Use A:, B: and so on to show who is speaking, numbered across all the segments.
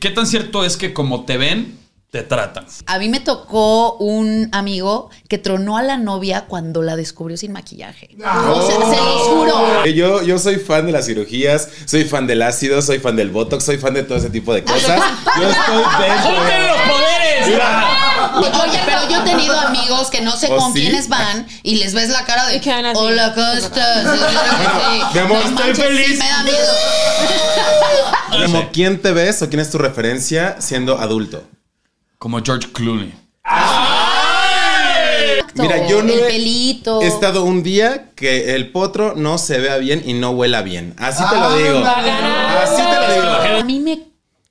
A: ¿Qué tan cierto es que como te ven, te tratan?
B: A mí me tocó un amigo que tronó a la novia cuando la descubrió sin maquillaje.
C: Ah.
B: O sea, se los juro.
C: Eh, Yo, yo soy fan de las cirugías, soy fan del ácido, soy fan del botox, soy fan de todo ese tipo de cosas. Yo estoy
A: ¡Junten
C: dentro.
A: los poderes!
B: Oye, pero yo he tenido amigos que no sé
C: ¿Oh,
B: con
C: sí?
B: quiénes van y les ves la cara de
D: Y quedan así.
B: Hola, ¿cómo estás?
C: Bueno, mi amor, estoy
B: feliz. me da miedo.
C: Como quién te ves o quién es tu referencia siendo adulto.
A: Como George Clooney.
C: Mira, yo no
B: El
C: he
B: pelito.
C: estado un día que el potro no se vea bien y no huela bien. Así te lo digo. Así te lo digo.
B: A mí me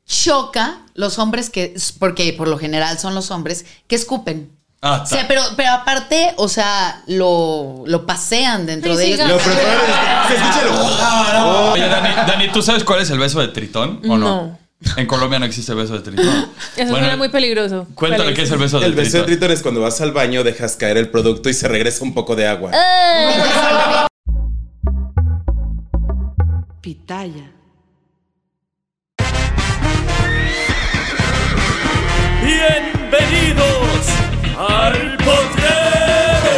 B: choca los hombres que, porque por lo general son los hombres, que escupen.
A: Ah,
B: O
A: está.
B: sea, pero, pero aparte, o sea, lo, lo pasean dentro
D: Sí,
B: de
D: sí,
B: ellos.
D: claro.
C: Lo preparas, se escucha el-
A: Oye, Dani, Dani, ¿tú sabes cuál es el beso de tritón o no? En Colombia no existe beso de tritón.
D: Eso
A: Bueno,
D: suena muy peligroso.
A: Cuéntale
D: Vale.
A: qué es el beso de
C: El beso de
A: tritón.
C: tritón es cuando vas al baño, dejas caer el producto y se regresa un poco de agua.
B: Ah.
E: Pitaya.
F: Bienvenidos al potrero.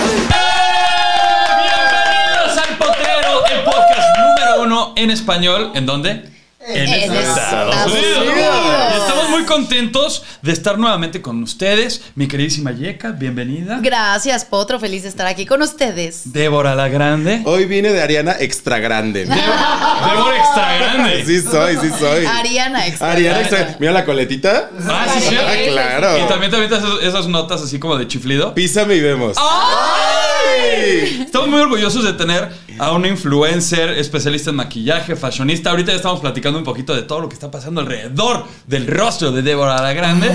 A: Bienvenidos al Potrero, el podcast número uno en español. ¿En dónde? En
B: Estados Unidos.
A: Y estamos muy contentos de estar nuevamente con ustedes. Mi queridísima Yeka, bienvenida.
B: Gracias, Potro. Feliz de estar aquí con ustedes.
A: Débora la Grande.
C: Hoy vine de Ariana extra grande.
A: Débora extra grande.
C: Sí soy, sí soy.
B: Ariana extra.
C: Ariana extra. Mira la coletita.
A: Ah, sí, sí.
C: Ah, claro.
A: Y también te avientas esas, esas notas así como de chiflido. Ah.
C: Písame y vemos. ¡Ay!
A: Estamos muy orgullosos de tener a una influencer, especialista en maquillaje, fashionista. Ahorita ya estamos platicando un poquito de todo lo que está pasando alrededor del rostro de Débora la Grande.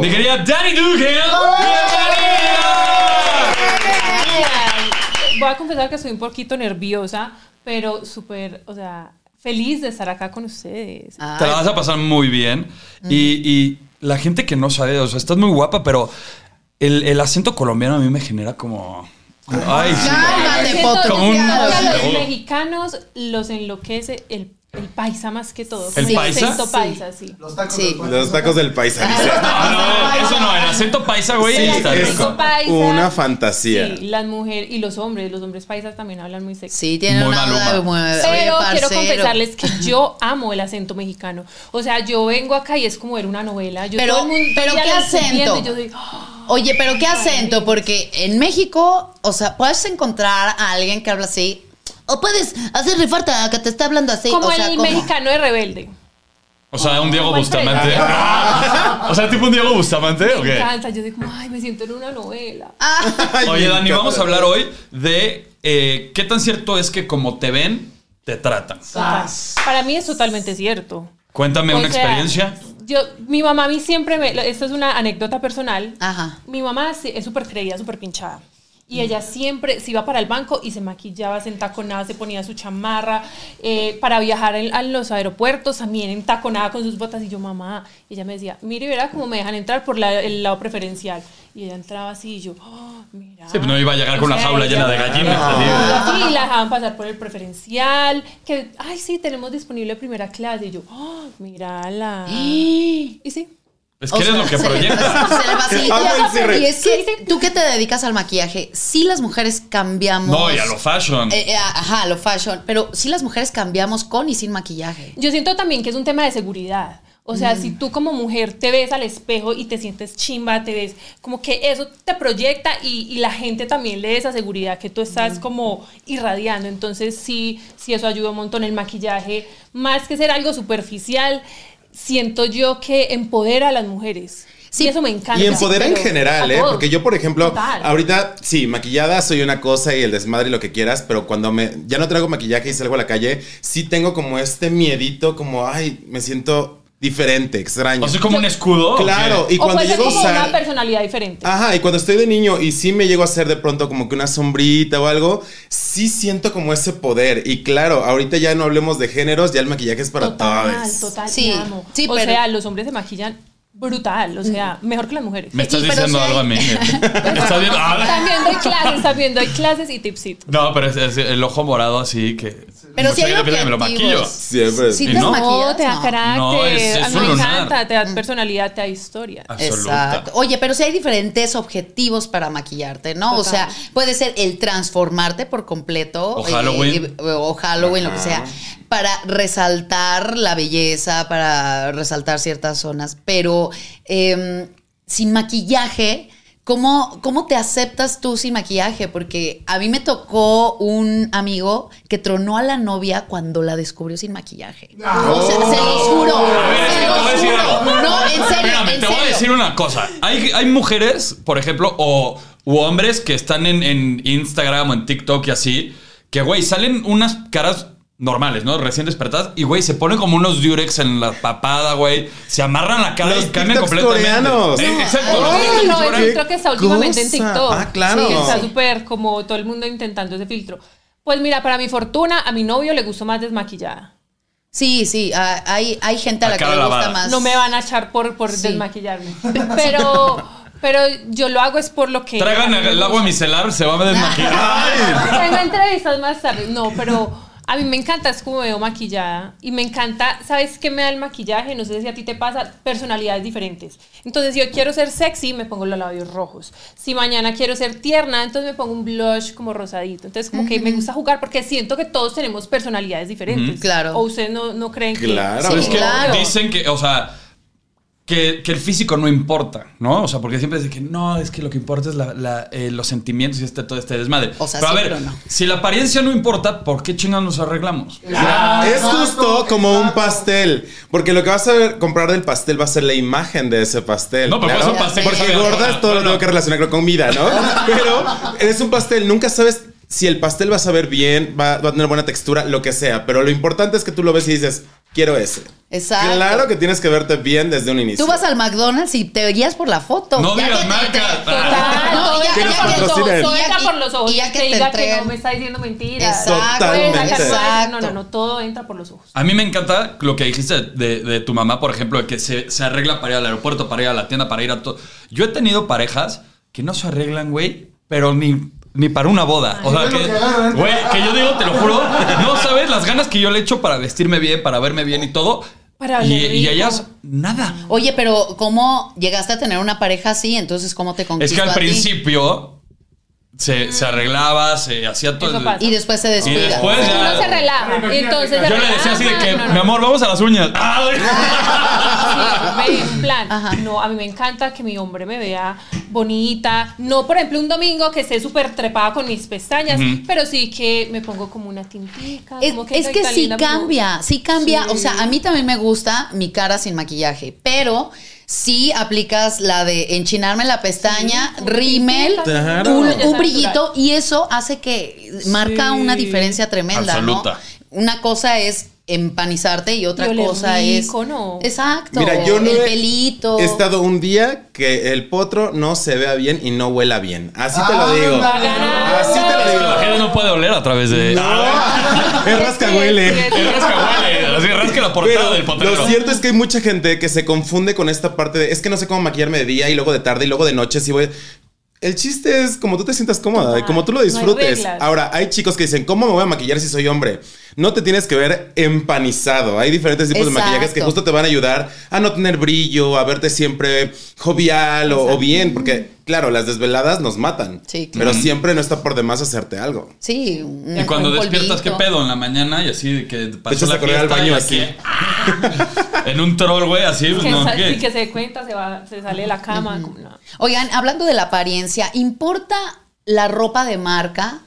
A: Mi querida Dani Duque. ¡Bienvenida!
D: Voy a confesar que estoy un poquito nerviosa, pero súper, o sea, feliz de estar acá con ustedes.
B: Ah,
A: Te la vas a pasar muy bien. Y, y la gente que no sabe, o sea, estás muy guapa, pero el, el acento colombiano a mí me genera como... Ay, sí.
B: Cálmate,
D: Siento
B: Potro.
A: Como un-
D: que a
A: Seguro.
D: los mexicanos los enloquece el, el paisa más que todo.
A: ¿El
D: Como
A: paisa?
D: acento paisa, sí.
B: Sí.
C: Los tacos del paisa. dice.
A: Ah, No, no, eso no, el acento paisa, güey.
C: Sí,
A: está
C: es
A: rico.
D: paisa.
C: una
A: eh.
C: fantasía.
D: Sí, las mujeres y los hombres, los hombres paisas también hablan muy sexy.
B: Sí, tiene
A: Muy
B: una duda
A: Maluma.
B: de mueve.
D: Pero quiero confesarles que yo amo el acento mexicano. O sea, yo vengo acá y es como ver una novela. Yo
B: Pero-
D: todo el mundo-
B: pero
D: ya
B: ¿qué
D: la estoy
B: acento?
D: viendo y yo digo, "Ah".
B: Oye, pero qué acento, porque en México, o sea, puedes encontrar a alguien que habla así, o puedes hacerle falta que te está hablando así.
D: como
B: o sea,
D: el
B: ¿cómo?
D: mexicano de rebelde.
A: O sea, un Diego
D: Manfredo.
A: Bustamante. o sea, tipo un Diego Bustamante, ¿o
D: Me
A: qué?
D: encanta. Yo digo, como, ay, me siento en una novela.
C: Ay,
A: Oye,
C: me
A: Dani,
C: encanta.
A: vamos a hablar hoy de eh, qué tan cierto es que como te ven, te tratan.
B: Ah.
D: Total. Para mí es totalmente cierto.
A: Cuéntame
D: O
A: una
D: sea,
A: experiencia.
D: Yo, mi mamá a mí siempre me. Esto es una anécdota personal.
B: Ajá.
D: Mi mamá sí- es súper creída, súper pinchada. Y ella siempre se iba para el banco y se maquillaba, se entaconaba, se ponía su chamarra eh, para viajar en- a los aeropuertos, también entaconada con sus botas. Y yo, mamá, y ella me decía, mire, verá cómo me dejan entrar por la- el lado preferencial. Y ella entraba así y yo, "Ah, mira.
A: Sí, pues no iba a llegar con
D: O
A: una
D: sea,
A: jaula llena de
D: ella-
A: gallinas. así.
D: y la dejaban pasar por el preferencial. Que,
B: ¡Ah!
D: ay, "Ah, sí, tenemos disponible primera clase. Y yo, oh, mírala. Y sí.
A: Es que eres
B: O sea,
A: lo que
B: se le-
A: proyectas.
B: se le va así.
C: Amo el cierre.
B: Y es que tú que te dedicas al maquillaje, sí las mujeres cambiamos.
A: No, y a lo fashion.
B: Eh, eh, ajá, a lo fashion. Pero sí las mujeres cambiamos con y sin maquillaje.
D: Yo siento también que es un tema de seguridad. O sea, si tú como mujer te ves al espejo y te sientes chimba, te ves como que eso te proyecta y, y la gente también le da esa seguridad que tú estás como irradiando. Entonces sí, sí eso ayuda un montón el maquillaje. Más que ser algo superficial, siento yo que empodera a las mujeres.
B: Sí.
D: Sí, eso me encanta.
C: Y empodera en
D: pero
C: general,
D: a
C: ¿eh?
D: todos.
C: Porque yo, por ejemplo,
D: Total.
C: ahorita, sí, maquillada soy una cosa y el desmadre y lo que quieras, pero cuando me ya no traigo maquillaje y salgo a la calle, sí tengo como este miedito, como, ay, me siento diferente, extraño.
A: O sea, como un escudo. ¿o qué?
C: claro, y
D: o
C: cuando
D: puede ser
C: llego
D: como
C: sal-
D: una personalidad diferente.
C: Ajá, y cuando estoy de niño y sí me llego a hacer de pronto como que una sombrita o algo, sí siento como ese poder. Y claro, ahorita ya no hablemos de géneros, ya el maquillaje es para
D: Total,
C: todos.
D: total.
B: Sí,
D: te amo.
B: sí,
D: o
B: pero-
D: sea, los hombres se maquillan brutal, o sea, mejor que las mujeres.
A: Me estás
B: Sí, pero
A: diciendo
B: sí hay-
A: algo a mí. ¿Estás viendo? Ah.
D: También doy clases, también doy clases y tipsito.
A: No, pero es, es el ojo morado así que.
B: Pero
A: mucha
B: sí hay
A: gente piensa que me lo maquillo.
B: objetivos.
C: Siempre.
B: Sí
A: ¿Y
B: te
A: no?
B: maquillas,
D: No, te da
B: no.
D: carácter,
A: No, es- es
D: a mí
A: un
D: me
A: lunar. Ah,
D: encanta, te da personalidad, te da historia.
A: Absoluta.
B: Exacto. Oye, pero sí hay diferentes objetivos para maquillarte, ¿no? O
D: Total.
B: sea, puede ser el transformarte por completo.
A: O Halloween.
B: eh, o Halloween, lo que
C: Ajá.
B: sea. Para resaltar la belleza, para resaltar ciertas zonas. Pero eh, sin maquillaje. ¿Cómo, ¿Cómo te aceptas tú sin maquillaje? Porque a mí me tocó un amigo que tronó a la novia cuando la descubrió sin maquillaje. O sea, se los juro.
A: A ver, es
B: se
A: que te
B: los
A: voy a decir
B: juro.
A: algo.
B: No, en serio.
A: Espérame,
B: en
A: te voy a
B: serio.
A: decir una cosa. Hay, hay mujeres, por ejemplo, o u hombres que están en, en Instagram o en TikTok y así, que, güey, salen unas caras normales, ¿no? Recién despertadas y, güey, se ponen como unos diurex en la papada, güey. Se amarran la cara
C: Los
A: y cambian
C: TikToks
A: completamente.
C: coreanos.
A: Eh,
C: No,
A: exacto. los
C: ay,
A: TikToks
D: No,
C: qué
D: el
A: coreanos.
D: filtro que está últimamente en
C: cosa.
D: TikTok.
C: Ah, claro.
D: Sí, está
C: Sí.
D: súper como todo el mundo intentando ese filtro. Pues mira, para mi fortuna, a mi novio le gustó más desmaquillada.
B: Sí, sí, a- hay, hay gente a
A: La
B: la que
A: cara
B: le gusta
A: lavada.
B: más.
D: No me van a echar por, por
B: Sí.
D: desmaquillarme. Pero, pero yo lo hago es por lo que.
A: Traigan
D: a mí me
A: el agua
D: gusta.
A: micelar, se va a desmaquillar. Ay.
D: Tengo entrevistas más tarde. No, pero a mí me encanta, es como me veo maquillada. Y me encanta, ¿sabes qué me da el maquillaje? No sé si a ti te pasa, personalidades diferentes. Entonces, si yo quiero ser sexy, me pongo los labios rojos. Si mañana quiero ser tierna, entonces me pongo un blush como rosadito. Entonces, como que me gusta jugar porque siento que todos tenemos personalidades diferentes.
B: Ujú. Claro.
D: O ustedes no, no creen que.
C: Claro.
B: Sí,
A: Pero es que
B: claro.
A: dicen que, o sea, que, que el físico no importa, ¿no? O sea, porque siempre dicen que no, es que lo que importa es la- la, eh, los sentimientos y este, todo este desmadre.
B: O sea,
A: pero a
B: sí,
A: ver,
B: pero no.
A: si la apariencia no importa, ¿por qué chingados nos arreglamos?
C: es justo como un pastel, porque lo que vas a ver- comprar del pastel va a ser la imagen de ese pastel.
A: No, pero
C: claro,
A: pues un pastel que
C: Porque
A: sabe a
C: gordas
A: nada.
C: todo lo
A: Bueno.
C: tengo que relacionar con comida, ¿no? Pero es un pastel, nunca sabes si el pastel va a saber bien, va, va a tener buena textura, lo que sea. Pero lo importante es que tú lo ves y dices, quiero ese.
B: Exacto.
C: Claro que tienes que verte bien desde un inicio.
B: Tú vas al McDonald's y te guías por la foto.
A: No digas
B: que te-
A: marcas. Ah.
B: te-
A: Total,
B: No,
D: todo
B: ya-
D: entra
B: ya que-
C: nos
D: por los ojos,
C: patrocinen.
D: todo
B: y ya-
D: entra por los ojos.
B: Y ya que
D: te
B: te
D: diga que no
B: entreguen.
D: me está diciendo mentiras.
B: Exacto.
D: Puedes sacar todo eso.
B: Exacto.
D: No, no, no, todo entra por los ojos.
A: A mí me encanta lo que dijiste de, de tu mamá, por ejemplo, de que se, se arregla para ir al aeropuerto, para ir a la tienda, para ir a todo. Yo he tenido parejas que no se arreglan, güey, pero ni, ni para una boda. O sea, que,
D: ¿eh?
A: güey, que yo digo, te lo juro, no sabes las ganas que yo le echo para vestirme bien, para verme bien y todo.
D: Para
A: y,
D: oler
A: y
D: rico.
A: ellas, nada.
B: Oye, pero ¿cómo llegaste a tener una pareja así? Entonces, ¿cómo te
D: Mm,
A: Es
B: conquistó
A: que al
B: a ti?
A: principio se, se arreglaba, se hacía todo.
D: Eso pasa.
B: Y después se descuida.
A: Y después ya-
D: Uno se relaja. Entonces se
A: Yo le decía así de
D: relaja.
A: que,
D: No, no.
A: mi amor, vamos a las uñas. ¡Ay!
D: Sí, ve, en plan,
B: Ajá.
D: no, a mí me encanta que mi hombre me vea bonita. No, por ejemplo, un domingo que esté súper trepada con mis pestañas, pero sí que me pongo como una tintica.
B: Es
D: Ah,
B: es
D: como
B: que,
D: soy tan
B: sí
D: linda, pero-
B: cambia, sí cambia. O sea, a mí también me gusta mi cara sin maquillaje, pero sí aplicas la de enchinarme la pestaña,
D: Sí,
B: rímel,
D: claro.
B: un,
D: Ya
B: un
D: sabes,
B: brillito y eso hace que marca
D: Sí.
B: una diferencia tremenda,
A: Absoluta.
B: ¿no? Una cosa es empanizarte y otra
D: Y oler
B: cosa
D: rico,
B: es
D: ¿no?
B: exacto
C: Mira, yo no
B: el
C: he
B: pelito
C: estado un día que el potro no se vea bien y no huela bien. Así te lo digo. Así te lo
A: Es que la
C: digo.
A: gente no puede oler a través de.
C: No, es
D: Sí,
C: rascahuele.
D: sí, sí.
A: El rasca huele, así rasca la portada
C: Pero
A: del potrero.
C: lo cierto es que hay mucha gente que se confunde con esta parte de es que no sé cómo maquillarme de día y luego de tarde y luego de noche si voy El chiste es como tú te sientas cómoda y
D: Ah,
C: como tú
D: no
C: lo
D: hay
C: disfrutes.
D: reglas.
C: Ahora, hay chicos que dicen, ¿cómo me voy a maquillar si soy hombre? No te tienes que ver empanizado. Hay diferentes tipos de
B: Exacto.
C: maquillajes que justo te van a ayudar a no tener brillo, a verte siempre jovial o, o bien, porque claro, las desveladas nos matan.
B: Sí, claro.
C: Pero siempre no está por demás hacerte algo.
B: Sí, un-
A: Y cuando
B: un
A: despiertas, ¿qué
B: polvito.
A: pedo? En la mañana y así que pasó
C: echas
A: la
C: a correr
A: fiesta
C: al
A: y
C: baño
A: aquí,
C: así.
A: ¡ah! en un troll, güey, así. pues,
D: Que,
A: no,
D: sa-
A: ¿qué?
D: sí, que se dé cuenta, se, va, se sale de la cama. como, no.
B: Oigan, hablando de la apariencia, ¿importa la ropa de marca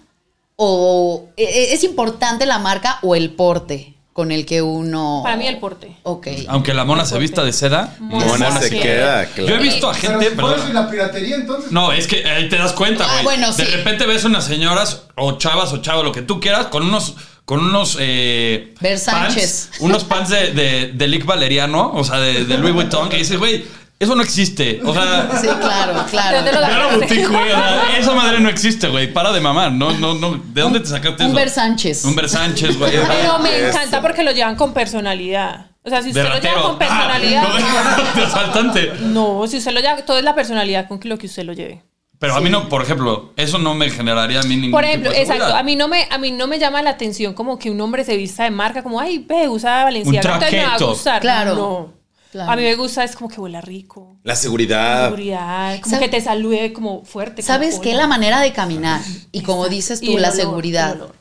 B: o e- e- es importante la marca o el porte con el que uno...
D: Para mí el porte.
B: Ok.
A: Aunque la mona se vista de seda.
D: Mona
C: Mona se queda,
A: Yo he
C: claro.
A: visto a
E: Pero
A: gente.
E: por eso
A: perdona.
E: y la piratería, entonces.
A: No, es que ahí te das cuenta,
B: Ah,
A: güey.
B: bueno,
A: de
B: sí.
A: repente ves unas señoras o chavas o chavos, lo que tú quieras, con unos. Con unos. Eh,
B: Versánchez.
A: pants, unos pants de, de, de Lick Valeriano, o sea, de, de Louis Vuitton, que dices, güey, eso no existe. O sea.
B: Sí, claro,
D: ¿De dónde lo
B: claro.
A: Claro,
D: agarraste?
A: boutique, güey, o sea, Esa madre no existe, güey. Para de mamar. No, no, no. ¿De dónde te sacaste
B: Un
A: eso?
B: Versánchez.
A: Un Versánchez, güey.
D: Pero me
C: Eso.
D: encanta porque lo llevan con personalidad. O sea, si
A: De
D: usted lo lleva
A: ratero.
D: con personalidad.
A: Ah, no, de asaltante.
D: No, si usted lo lleva, todo es la personalidad con que lo que usted lo lleve.
A: Pero a mí no, por ejemplo, eso no me generaría a mí ningún
D: Por ejemplo,
A: tipo de
D: exacto,
A: seguridad.
D: a mí no me a mí no me llama la atención como que un hombre se vista de marca como, "Ay, ve, usa Valenciaga, entonces me va a
A: traqueto.
D: gustar."
B: Claro,
D: No.
B: claro.
D: A mí me gusta es como que huela rico,
C: La seguridad.
D: seguridad, como
B: ¿Sab-
D: que te salude como fuerte. como,
B: ¿Sabes qué?
D: "Hola".
B: La manera de caminar y como dices
D: Y
B: tú,
D: el
B: la
D: olor,
B: seguridad.
D: el olor.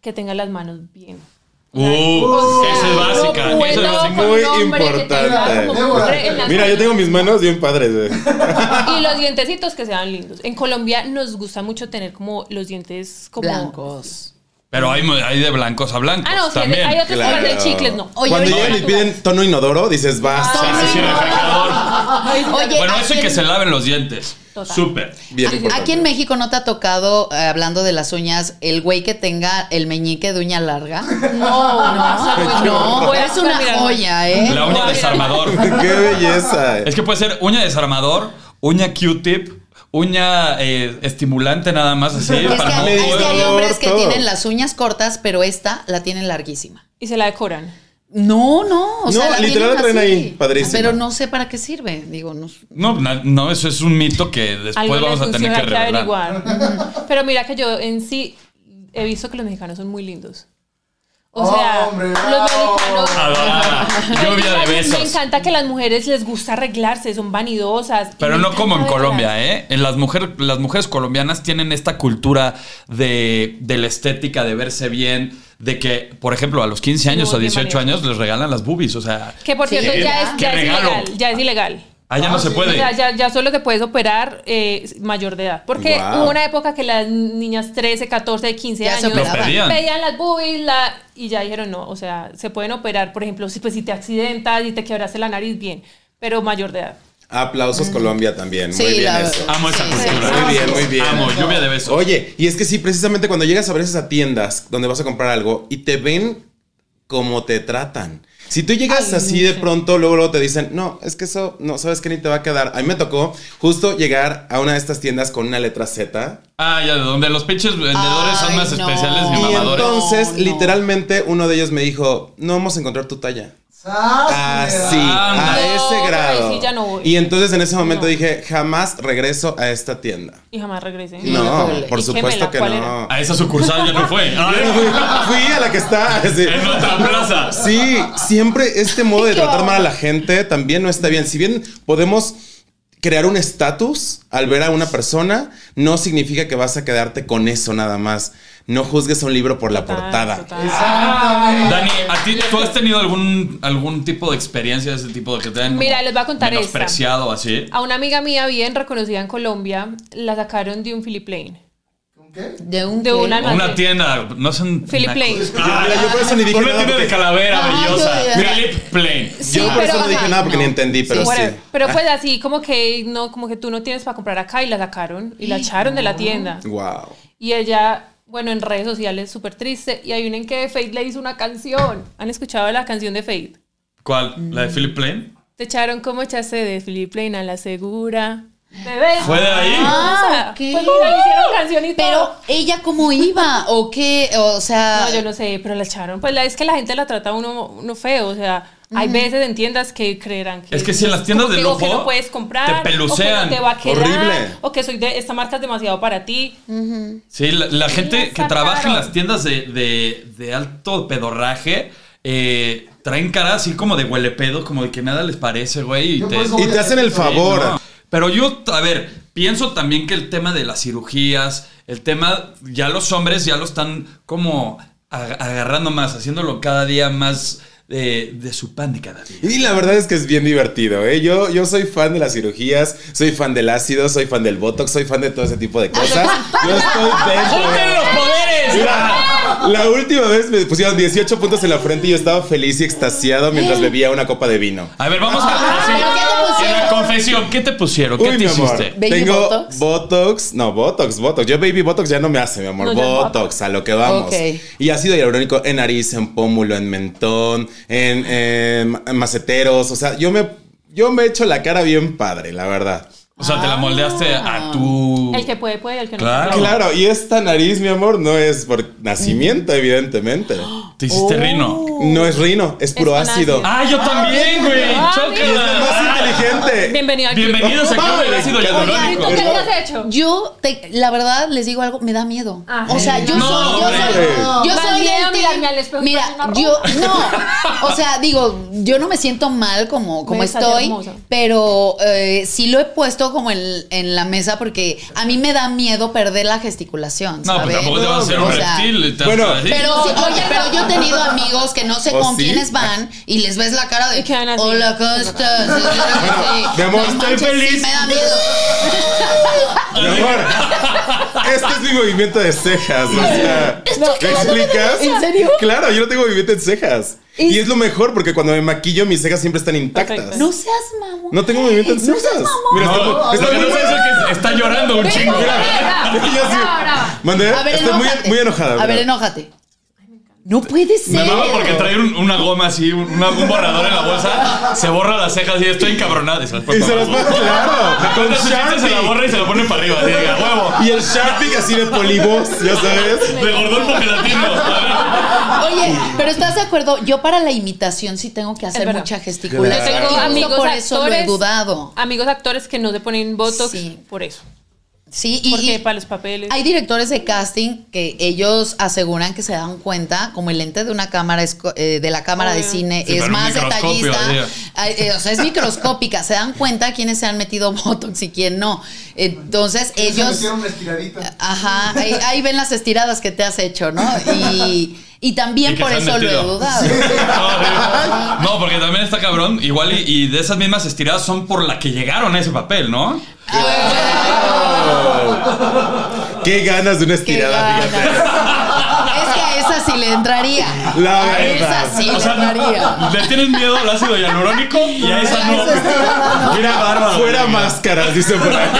D: Que tenga las manos bien.
A: Uh, esa es básica.
D: No
A: esa es
D: puedo
A: básica.
D: con
C: Muy
D: un hombre que tenga
C: importante.
D: como mugre en las
C: Mira, yo
D: manos.
C: tengo mis manos bien padres. güey.
D: Y los dientecitos que sean lindos. En Colombia nos gusta mucho tener como los dientes como
B: Blancos.
A: Pero hay, hay de blancos a blancos.
D: Ah, no, sí,
A: también.
D: hay otros que
C: Claro.
D: venden chicles, no.
B: Oye,
C: Cuando
B: ahorita-
C: llegan y piden tono inodoro, dices,
D: Ah,
C: basta.
A: Sí, sí, refrescador.
B: Oye,
A: Bueno,
B: ¿a
A: eso y
B: quién-
A: que se laven los dientes.
D: Total.
A: Súper.
C: Bien importante.
B: Aquí en México no te ha tocado, eh, hablando de las uñas, el güey que tenga el meñique de uña larga.
D: No, Ah, pues no,
B: No,
D: Voy a
B: es una
D: mirar.
B: joya, ¿eh?
A: La uña desarmador.
C: ¡Qué belleza!
A: Es que puede ser uña desarmador, uña Q-tip, uña eh, estimulante nada más así.
B: Es que,
A: para no-
B: es que hay
C: Todo,
B: hombres que
C: todo.
B: tienen las uñas cortas, pero esta la tienen larguísima.
D: Y se la decoran.
B: No, no, o
C: No,
B: sea, la
C: literal la
B: tienen
C: traen
B: así.
C: ahí, padrísima.
B: Pero no sé para qué sirve, digo, no.
A: No, na- no, eso es un mito que después
D: Algo le
A: vamos a tener
D: funciona,
A: que
D: hay que
A: revelar.
D: averiguar. Pero mira que yo en sí he visto que los mexicanos son muy lindos. O
E: Oh,
D: sea,
E: hombre,
D: los
E: bravo.
D: mexicanos.
A: Ah, Adorada, lluvia de
D: Me
A: besos.
D: encanta que las mujeres les gusta arreglarse, son vanidosas.
A: Pero no como en Colombia,
D: ¿eh?
A: ¿eh? En las, mujer, las mujeres colombianas tienen esta cultura de, de la estética, de verse bien, de que, por ejemplo, a los 15 años
D: No,
A: o
D: qué
A: 18
D: manera.
A: años les regalan las boobies, o sea...
D: Que por cierto,
B: Sí.
D: ya, es,
A: Qué
D: ya es
A: regalo.
D: ilegal. Ya es ilegal.
A: Ah, ya no se
D: O
A: puede.
D: sea, ya, ya solo te puedes operar eh, mayor de edad. Porque
C: Guau.
D: hubo una época que las niñas 13, 14, 15
B: Ya se
D: años
B: operaban. Lo
A: pedían.
D: las boobies la- y ya dijeron no. O sea, se pueden operar, por ejemplo, si, pues, si te accidentas y te quebraste la nariz, bien, pero mayor de edad.
C: Aplausos Colombia también.
B: Sí,
C: muy bien
B: la-
C: eso.
A: Amo esa
B: Sí,
A: cultura.
C: sí. Muy bien, muy bien.
A: Amo, lluvia de besos.
C: Oye, y es que sí, precisamente cuando llegas a veces a tiendas donde vas a comprar algo y te ven como te tratan. Si tú llegas
D: Ay,
C: así
D: no
C: de
D: sé.
C: pronto, luego, luego te dicen, no, es que eso, no, sabes que ni te va a quedar. A mí me tocó justo llegar a una de estas tiendas con una letra Z.
A: Ah, ya, donde los pinches vendedores son
B: Ay,
A: más
B: no.
A: especiales y
C: Y
A: mamadores.
C: entonces,
B: No, no.
C: literalmente, uno de ellos me dijo, no vamos a encontrar tu talla.
E: Ah,
C: Así,
A: Ah,
C: a
D: no,
C: ese
D: pero
C: grado.
D: ahí sí ya no voy.
C: Y entonces en ese momento
D: No.
C: dije, jamás regreso a esta tienda.
D: Y jamás regresé.
C: No,
B: Híjole.
C: por
D: ¿Y qué
C: supuesto
D: mela?
C: que
D: ¿Cuál
C: no.
D: era?
A: A esa sucursal ya no fue.
C: Fui a la que está. sí.
A: en otra plaza.
C: Sí, siempre este modo de
B: Qué
C: tratar mal a
B: horror.
C: la gente también no está bien. Si bien podemos crear un estatus al ver a una persona, no significa que vas a quedarte con eso nada más. No juzgues un libro por la
D: Total,
C: portada.
D: total.
E: Exactamente.
A: Dani, ¿a ti, ¿tú has tenido algún, algún tipo de experiencia de ese tipo de que te han como
D: Mira, les voy a contar esta.
A: menospreciado así?
D: A una amiga mía bien reconocida en Colombia, la sacaron de un Philippine.
E: ¿Con qué?
B: De un
D: De
B: qué?
D: una
A: O Una
D: Así.
A: tienda, no son.
D: Philip Plain.
A: Ah,
C: Mira, yo por eso ni dije
A: Una
C: nada,
A: tienda de
C: porque-
A: calavera
B: Ah,
A: brillosa.
B: yo-
A: Philip Plain.
D: Sí,
C: Yo por eso
D: pero-
C: no dije nada porque
B: no.
C: ni entendí, pero sí.
D: Whatever. Pero pues así como que no, como que tú no tienes para comprar acá y la sacaron y la echaron de la tienda.
C: Wow.
D: Y ella, bueno, en redes sociales súper triste. Y hay una en que Faith le hizo una canción. ¿Han escuchado la canción de Faith?
A: ¿Cuál? ¿La de Philip Plain?
D: Te echaron como echaste de Philip Plain a la segura. Bebé.
A: Fue de ahí.
B: Ah,
D: O sea,
B: ok.
D: Pues mira, le hicieron canción y
B: Pero ah.
D: todo.
B: ella cómo iba o qué, o sea,
D: No, yo no sé, pero la echaron. Pues la, es que la gente la trata a uno, uno feo, o sea. Hay veces en tiendas que creerán que.
A: Es que si en las tiendas
D: como
A: del
D: que- o que
A: ojo
D: no puedes comprar.
A: te
D: o que no
A: pelucean.
D: te va a quedar.
C: Horrible.
D: O que soy de, esta marca es demasiado para ti.
A: Sí, la, la gente que
D: sacaron.
A: trabaja en las tiendas de, de- de alto pedorraje eh, traen cara así como de huele pedo, como de que nada les parece, güey. Y
E: Yo
A: te,
E: por eso
C: Y te hacen el favor.
A: no. Pero yo, a ver, pienso también que el tema de las cirugías, el tema, ya los hombres ya lo están como ag- agarrando más, haciéndolo cada día más eh, de su pan de cada día.
C: Y la verdad es que es bien divertido, ¿eh? Yo, yo soy fan de las cirugías, soy fan del ácido, soy fan del botox, soy fan de todo ese tipo de cosas. Yo estoy dentro.
A: ¡Junten los poderes!
C: Mira, la última vez me pusieron 18 puntos en la frente y yo estaba feliz y extasiado mientras bebía una copa de vino.
A: A ver, vamos
B: Ah,
A: a así,
B: ¿pero qué te pusieron?
A: en la confesión. ¿Qué te pusieron? ¿Qué
C: Uy,
A: te
C: mi amor.
A: hiciste?
B: ¿Baby
C: Tengo
B: Botox?
C: botox? no, botox, botox. Yo baby botox ya no me hace, mi amor.
D: No, ya
C: botox, a lo que vamos.
B: Ok.
C: Y ácido hialurónico en nariz, en pómulo, en mentón, en, en maceteros. O sea, yo me, yo me echo la cara bien padre, la verdad.
A: O sea, te la moldeaste
C: Ah.
A: a tu.
D: El que puede, puede, el que no.
A: Claro.
C: Claro, y esta nariz, mi amor, no es por nacimiento, evidentemente.
A: Te hiciste
C: Oh.
A: rino.
C: No es rino, es puro
D: con
C: ácido.
D: ácido.
A: ¡Ah, yo también, güey!
D: Ah,
C: Y es lo
A: ¡Chócala!
C: más inteligente.
D: Bienvenido al club.
A: Bienvenidos a Club del
C: Vale.
A: Ácido
C: Oye,
D: ¿Y tú
A: Hialurónico.
D: qué le has hecho?
B: yo te- la verdad les digo algo, me da miedo.
D: Ah.
B: O sea, yo
A: No,
B: soy, yo soy,
C: hombre.
B: yo
D: Da
B: soy
D: miedo
B: del team-
D: mirarme al espejo y
B: Mira,
D: ponerme una
B: yo no, o sea, digo, yo no me siento mal como como
D: Bésate,
B: estoy,
D: hermosa.
B: pero eh, sí lo he puesto como en, en la mesa porque a mí me da miedo perder la gesticulación,
A: No, pues
B: ¿sabes?
A: tampoco te vas a hacer un
B: O sea,
A: reptil. eh. te
C: bueno,
A: haces así.
B: Pero, sí, oye, pero yo he tenido amigos que no sé
C: ¿O
B: con
C: sí?
B: quiénes van y les ves la cara de
D: Y quedan así.
B: Hola, ¿cómo estás?
C: Bueno, mi amor, estoy
B: feliz. me da miedo.
C: Mi amor, este es mi movimiento de cejas. O sea, ¿me explicas?
B: ¿En serio?
C: Claro, yo no tengo movimiento en cejas.
B: ¿Y-
C: Y es lo mejor porque cuando me maquillo mis cejas siempre están intactas.
D: Perfecto.
B: No seas mamón.
C: No tengo movimiento en
B: No seas
C: cejas.
B: mamón.
C: Mira,
A: No,
C: está-
A: es lo
C: está
A: que no
C: muy-
A: sé es que está llorando un chingo.
C: Yo así- Mandé,
B: A ver,
C: estoy muy,
B: enójate.
C: muy enojada.
B: A ver,
C: mira.
B: enójate. No puede ser.
A: Me mama porque traer un- una goma así, un, una- un borrador en la bolsa, se borra las cejas y estoy "Pues, encabronada. Y se las pone
C: Y se
A: para
C: las
A: abajo.
C: pone, claro, con
A: Entonces, chiste, se la
C: Sharpie.
A: borra y se la pone para arriba. Así, diga, huevo.
C: Y el Sharpie así de polibos, ya sabes.
A: De Gordolfo Gelatino. a
B: Oye, pero ¿estás de acuerdo? Yo para la imitación sí tengo que hacer
D: verdad.
B: mucha
D: Yo
B: gesticulación.
D: tengo
B: Y justo
D: amigos
B: por
D: actores,
B: eso lo he dudado.
D: amigos actores que no se ponen botox
B: Sí.
D: por eso.
B: Sí, y,
D: porque
B: y-
D: para los papeles.
B: Hay directores de casting que ellos aseguran que se dan cuenta, como el lente de una cámara es co- eh, de la cámara de
D: Obvio.
B: cine
A: Sí,
B: es
A: pero un
B: más
A: microscopio,
B: detallista,
A: sí.
B: ay, eh, o sea, es microscópica, se dan cuenta quiénes se han metido botox y quién no. Entonces
E: Ellos.
B: ellos
E: hicieron una estiradita.
B: Ajá, ahí, ahí ven las estiradas que te has hecho, ¿no? Y, y también
A: Y que
B: por
A: se han
B: eso
A: metido.
B: lo he dudado.
A: No, no, porque también está cabrón. Igual y, y de esas mismas estiradas son por la que llegaron a ese papel, ¿no?
C: Qué ganas de una
B: Qué
C: estirada,
B: ganas.
C: fíjate.
B: Es que a esa sí le entraría.
C: La
B: a
C: verdad.
B: esa sí
A: O
B: le
A: sea,
B: entraría.
A: le tienes miedo al ácido hialurónico y a esa
B: A esa
A: no. Mira, bárbaro.
C: Fuera máscaras, dice por aquí.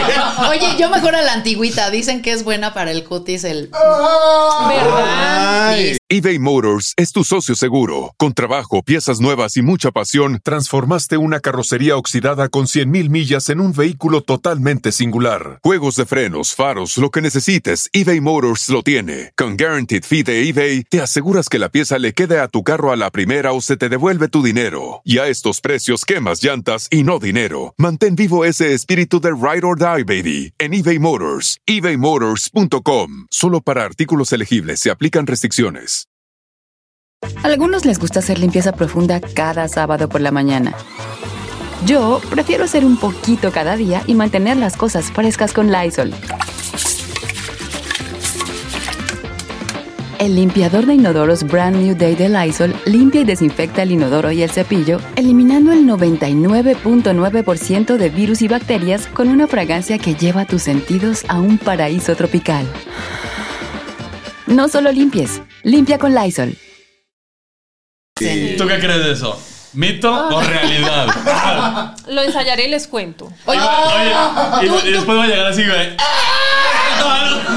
B: Oye, yo mejor a la antigüita. Dicen que es buena para el cutis el.
D: ¿Verdad?
C: Ay.
G: eBay Motors es tu socio seguro. Con trabajo, piezas nuevas y mucha pasión, transformaste una carrocería oxidada con 100.000 millas en un vehículo totalmente singular. Juegos de frenos, faros, lo que necesites, eBay Motors lo tiene. Con Guaranteed Fee de eBay, te aseguras que la pieza le quede a tu carro a la primera o se te devuelve tu dinero. Y a estos precios, quemas llantas y no dinero. Mantén vivo ese espíritu de Ride or Die, baby, en eBay Motors. ebaymotors.com. Solo para artículos elegibles se aplican restricciones.
H: Algunos les gusta hacer limpieza profunda cada sábado por la mañana. Yo prefiero hacer un poquito cada día y mantener las cosas frescas con Lysol. El limpiador de inodoros Brand New Day de Lysol limpia y desinfecta el inodoro y el cepillo, eliminando el 99.9% de virus y bacterias con una fragancia que lleva tus sentidos a un paraíso tropical. No solo limpies, limpia con Lysol.
A: ¿Tú qué crees de eso? ¿Mito o realidad?
D: Lo ensayaré y les cuento.
B: Oye,
A: Oye, y-
B: Oh. tú-
A: y,
B: tú-
A: después va a llegar así, güey.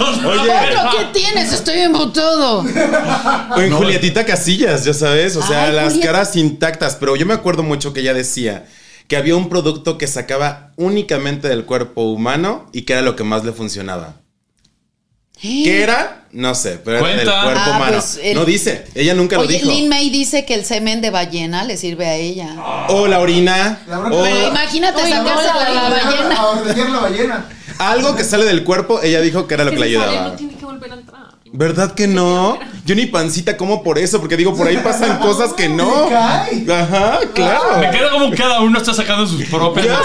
C: Oye.
B: Pero, ¿qué tienes? Estoy embotado.
C: O en
A: No.
C: Julietita Casillas, ya sabes, o sea,
B: Ay,
C: las
B: Julieta.
C: caras intactas, pero yo me acuerdo mucho que ella decía que había un producto que sacaba únicamente del cuerpo humano y que era lo que más le funcionaba. ¿Qué era? No sé, pero era del
A: Cuenta.
C: cuerpo
B: Ah,
C: humano.
B: pues, el-
C: No dice, ella nunca lo
B: Oye,
C: dijo.
B: Lin May dice que el semen de ballena le sirve a ella.
C: O la orina.
E: La bronca-
C: o
E: Pero
B: Imagínate
D: Uy, no,
B: sacarse
D: la-
B: la,
D: la- la-
B: ballena.
E: A ordeñar la ballena.
C: algo que sale del cuerpo, ella dijo que era lo que le
D: si sale, No
C: ayudaba.
D: tiene que volver a entrar.
C: ¿Verdad que no? Yo ni pancita como por eso, porque digo, por ahí pasan cosas que no.
E: Me cae.
C: Ajá,
A: Me
C: claro.
A: queda como cada uno está sacando sus propias.
C: Ya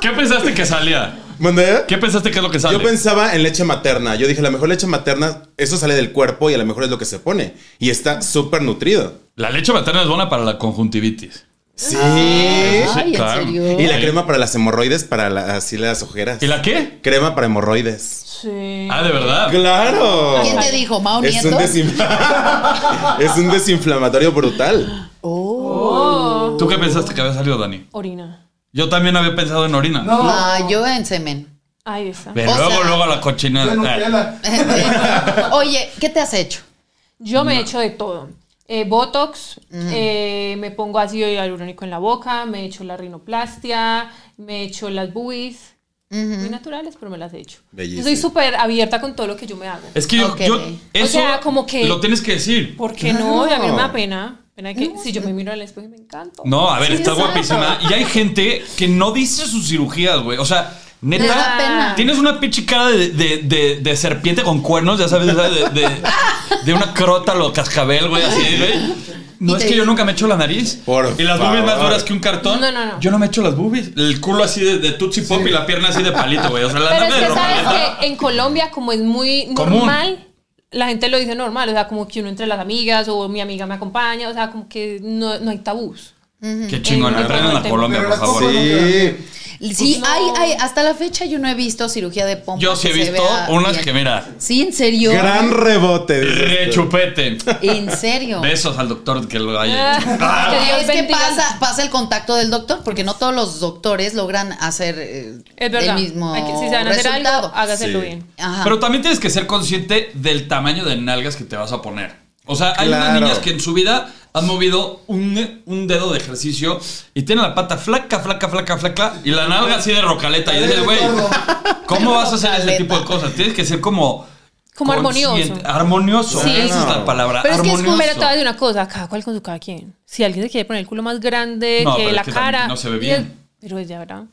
A: ¿Qué pensaste que salía?
C: ¿Mandé?
A: ¿Qué pensaste que es lo que sale?
C: Yo pensaba en leche materna. Yo dije, a lo mejor leche materna, eso sale del cuerpo y a lo mejor es lo que se pone. Y está súper nutrido.
A: la leche materna es buena para la conjuntivitis.
C: Sí.
B: Ay, ¿en
A: claro.
B: serio?
C: Y la crema para las hemorroides, para la- así las ojeras.
A: ¿Y la qué?
C: Crema para hemorroides.
D: Sí.
A: Ah, de verdad.
C: ¡Claro!
B: ¿Quién te dijo? ¿Mao
C: Es un,
B: Nieto?
C: desin- es un desinflamatorio brutal.
A: ¿Tú qué pensaste que había salido, Dani?
D: Orina.
A: Yo también había pensado en orina.
E: No.
B: Ah, yo en semen.
D: Ahí está.
A: Pero
B: O
A: luego,
B: sea-
A: luego a la cochinada.
E: Yo no
A: Eh,
E: quería la-
B: Oye, ¿qué te has hecho?
D: Yo me he hecho de todo. Eh, Botox, eh, me pongo ácido hialurónico en la boca, me he hecho la rinoplastia, me he hecho las buis. Muy naturales, pero me las he hecho.
C: Bellísimo.
D: Yo soy súper abierta con todo lo que yo me hago.
A: Es que yo,
B: Ok.
A: yo-
B: O
A: eso
D: sea, como que-
A: lo tienes que decir.
D: ¿Por qué no? A mí me da pena. Pena que si yo me miro al espejo y me encanto.
A: No, a ver,
B: Sí,
A: está
B: exacto.
A: guapísima. Y hay gente que no dice sus cirugías, güey. O sea,
B: Me da
A: neta,
B: pena.
A: tienes una pinche cara de, de- de- de serpiente con cuernos, ya sabes, esa de, de- de una crota lo cascabel, güey, así, güey. No
B: Y
A: es
B: te-
A: que yo nunca me echo la nariz.
C: Por
A: y las boobies más
C: favor.
A: duras que un cartón.
D: No, no, no.
A: Yo no me echo las boobies. El culo así de, de Tootsie Pop y la pierna así de palito, güey. O sea, la
D: Pero es
A: nalga de
D: que sabes
A: Romaleta.
D: que en Colombia, como es muy
A: Común.
D: normal, la gente lo dice normal. O sea, como que uno entre las amigas o mi amiga me acompaña. O sea, como que no, no hay tabús.
A: Qué chingón.
D: Eh,
A: Traigan a
D: pero
A: Colombia, por
E: las
A: favor.
E: cosas-
C: Sí.
D: Pues
B: Sí, hay, hay, hasta la fecha yo no he visto cirugía de pompa.
A: Yo sí he
B: que se
A: visto
B: vea
A: unas
B: bien.
A: que, mira,
B: Sí, en serio.
C: Gran rebote. dices tú.
A: rechupete.
B: En serio.
A: Besos al doctor que lo haya hecho.
D: Ah, que Dios
B: Es que
D: bendiga.
B: pasa, pasa el contacto del doctor, porque no todos los doctores logran hacer eh,
D: Es verdad.
B: el mismo
D: Hay que- si se van a hacer
B: resultado.
D: algo, ah. hágaselo
C: Sí.
D: bien.
B: Ajá.
A: Pero también tienes que ser consciente del tamaño de nalgas que te vas a poner. O sea, hay unas
C: Claro.
A: niñas que en su vida han movido un, un dedo de ejercicio y tienen la pata flaca, flaca, flaca, flaca y la nalga así de rocaleta. Y dices, güey, ¿cómo vas a hacer ese
B: Rocaleta.
A: tipo de cosas? Tienes que ser como...
D: Como armonioso.
A: consciente- Armonioso.
D: Sí.
A: Esa es la palabra.
B: Pero es que es
A: armonioso.
D: Pero te voy a decir una cosa, cada cual con su cada quien. Si alguien se quiere poner el culo más grande
A: No,
D: que
A: pero es
D: la
A: que también
D: cara.
A: no se ve
D: y
A: bien.
D: el- pero ella, ¿verdad?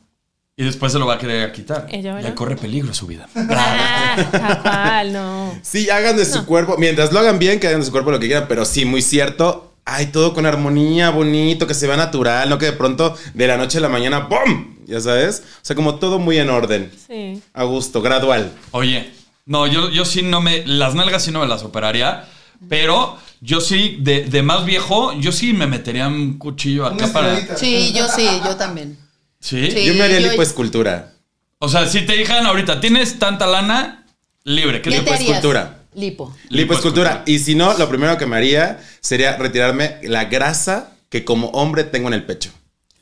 A: Y después se lo va a querer quitar.
D: Ella, ¿verdad?
A: Ya corre peligro su vida.
D: Ah, cada cual, no.
C: Sí, hagan de su cuerpo, mientras lo hagan bien, que hagan de su cuerpo lo que quieran, pero sí, muy cierto. Hay todo con armonía, bonito, que se vea natural, no que de pronto de la noche a la mañana, ¡bum! Ya sabes. O sea, como todo muy en orden,
D: Sí.
C: a gusto, gradual.
A: Oye, no, yo, yo sí no me. Las nalgas sí no me las operaría, pero yo sí, de, de más viejo, yo sí me metería un cuchillo
E: Una
A: acá para.
E: estrellita.
B: Sí, yo sí, yo también.
A: ¿Sí?
B: Sí.
C: Yo me haría
B: yo-
C: lipoescultura.
A: O sea, si te dijeran ahorita, tienes tanta lana libre, ¿qué
B: ¿Qué
A: te
B: te harías?
C: Lipoescultura.
B: Lipo.
C: Lipoescultura. Y si no, lo primero que me haría sería retirarme la grasa que como hombre tengo en el pecho.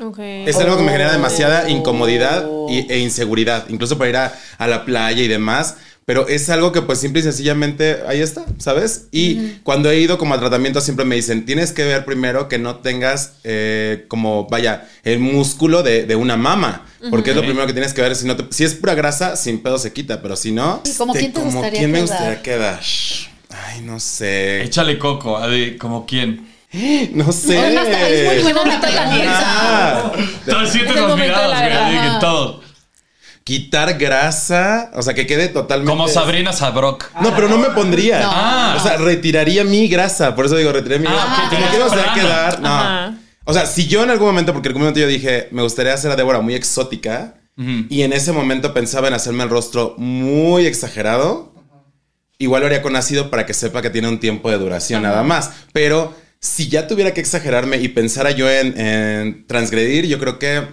D: Ok.
C: Es algo que me genera
B: Oh.
C: demasiada incomodidad y- e inseguridad, incluso para ir a, a la playa y demás. Pero es algo que pues simple y sencillamente ahí está, ¿sabes? Y cuando he ido como a tratamiento siempre me dicen, tienes que ver primero que no tengas eh, como, vaya, el músculo de, de una mama. Porque es lo
A: Ok.
C: primero que tienes que ver. Si, no te- si es pura grasa, sin pedo se quita, pero si no...
B: Sí, ¿como
C: este,
B: quién te gustaría
C: quién me
B: quedar?
C: gustaría quedar? Ay, no sé.
A: Échale coco, adi- como quién.
C: No sé.
B: Además, es muy buena la pregunta.
C: Ah.
A: Todos sienten
D: En el
A: las
D: momento de
A: miradas,
D: la
A: güey,
D: verdad.
A: así que todos.
C: quitar grasa, o sea, que quede totalmente.
A: Como Sabrina Sabrok.
C: No, pero no me pondría.
B: No.
A: Ah.
C: O sea, retiraría mi grasa. Por eso digo, retiraría mi
A: Ah,
C: grasa.
A: ok,
C: Porque
A: tenías
C: no quiero hacer
A: plano.
C: quedar. No.
D: Ajá.
C: O sea, si yo en algún momento, porque en algún momento yo dije, me gustaría hacer a Débora muy exótica. Y en ese momento pensaba en hacerme el rostro muy exagerado. Igual lo haría con ácido para que sepa que tiene un tiempo de duración nada más. Pero si ya tuviera que exagerarme y pensara yo en, en transgredir, yo creo que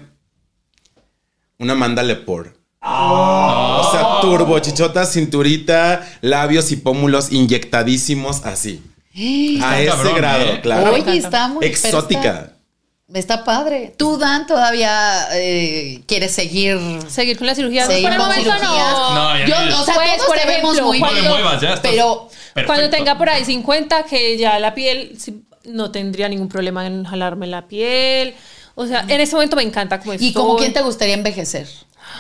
C: una manda Lepore.
A: Ah.
C: O sea, turbo, chichota, cinturita, labios y pómulos inyectadísimos así. A ese
A: Está cabrón,
C: grado,
A: ¿eh?
C: claro.
B: Oye, está muy pero
C: Exótica.
B: Está, está padre. ¿Tú, Dan, todavía eh, quieres seguir?
D: Seguir con la cirugía.
B: Seguir
D: por el
B: con
D: momento
B: cirugías.
D: no.
A: No, ya
B: Yo,
A: ni-
B: o sea,
D: Pues,
B: todos
D: por
B: te
D: ejemplo,
B: vemos muy
D: cuando-
B: bien.
A: No le muevas, ya estás-
B: Pero
D: Cuando
A: Perfecto.
D: tenga por ahí 50, que ya la piel, sí, no tendría ningún problema en jalarme la piel. O sea, en ese momento me encanta como
B: ¿Y como
D: estoy.
B: quién te gustaría envejecer?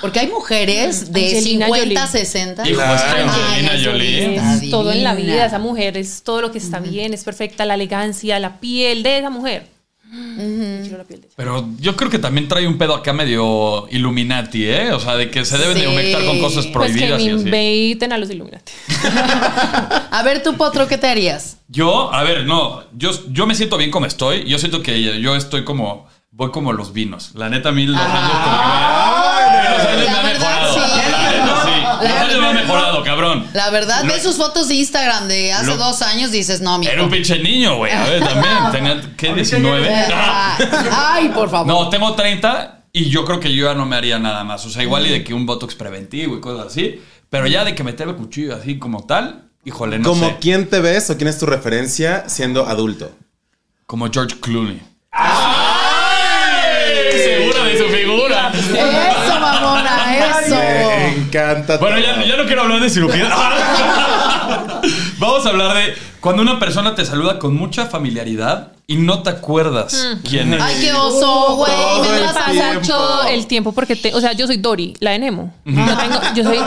B: Porque hay mujeres de
D: Angelina
B: 50,
D: Jolie.
B: 60.
A: Hijo, es que
C: Claro.
A: Angelina
B: Ay,
A: Jolie.
B: Angelina.
D: Es todo en la
B: Divina.
D: vida, esa mujer es todo lo que está bien, es perfecta, la elegancia, la piel de esa mujer. Quiero la piel de ella.
A: Pero yo creo que también trae un pedo acá medio Illuminati, ¿eh? O sea, de que se deben
B: Sí.
A: de humectar con cosas
D: Pues que
A: prohibidas
D: me
A: y así.
D: inviten a los Illuminati.
B: A ver, tú, Potro, ¿qué te harías?
A: Yo, a ver, no, yo, yo me siento bien como estoy. Yo siento que yo estoy como, voy como los vinos. La neta, a mí los años como que me- los años
B: Ah, la
A: me han
B: verdad,
A: mejorado.
B: sí.
A: La neta, sí. Los
B: La
A: años me han
B: verdad.
A: mejorado, cabrón.
B: La verdad,
A: No-
B: ves sus fotos de Instagram de hace
A: Lo-
B: dos años dices, no, mi
A: Era un pinche niño, güey. A ver, también. Tenía, ¿qué? 19.
B: Ay, por favor.
A: No, tengo 30 y yo creo que yo ya no me haría nada más. O sea, igual y de que un botox preventivo y cosas así. Pero ya de que meterme cuchillo así como tal, híjole, no
C: Como
A: sé.
C: quién te ves o quién es tu referencia siendo adulto.
A: Como George Clooney. Seguro de su figura.
B: Eso, mamona,
C: Me
B: eso.
C: encanta.
A: Bueno,
C: todo.
A: ya, ya no quiero hablar de cirugía. Vamos a hablar de cuando una persona te saluda con mucha familiaridad y no te acuerdas quién es.
B: Ay, qué oso, güey.
C: Todo
B: Me
C: el
B: vas a
C: tiempo.
B: hacer
D: mucho el tiempo porque, te- o sea, yo soy Dory, la de Nemo. Yo, tengo, yo soy,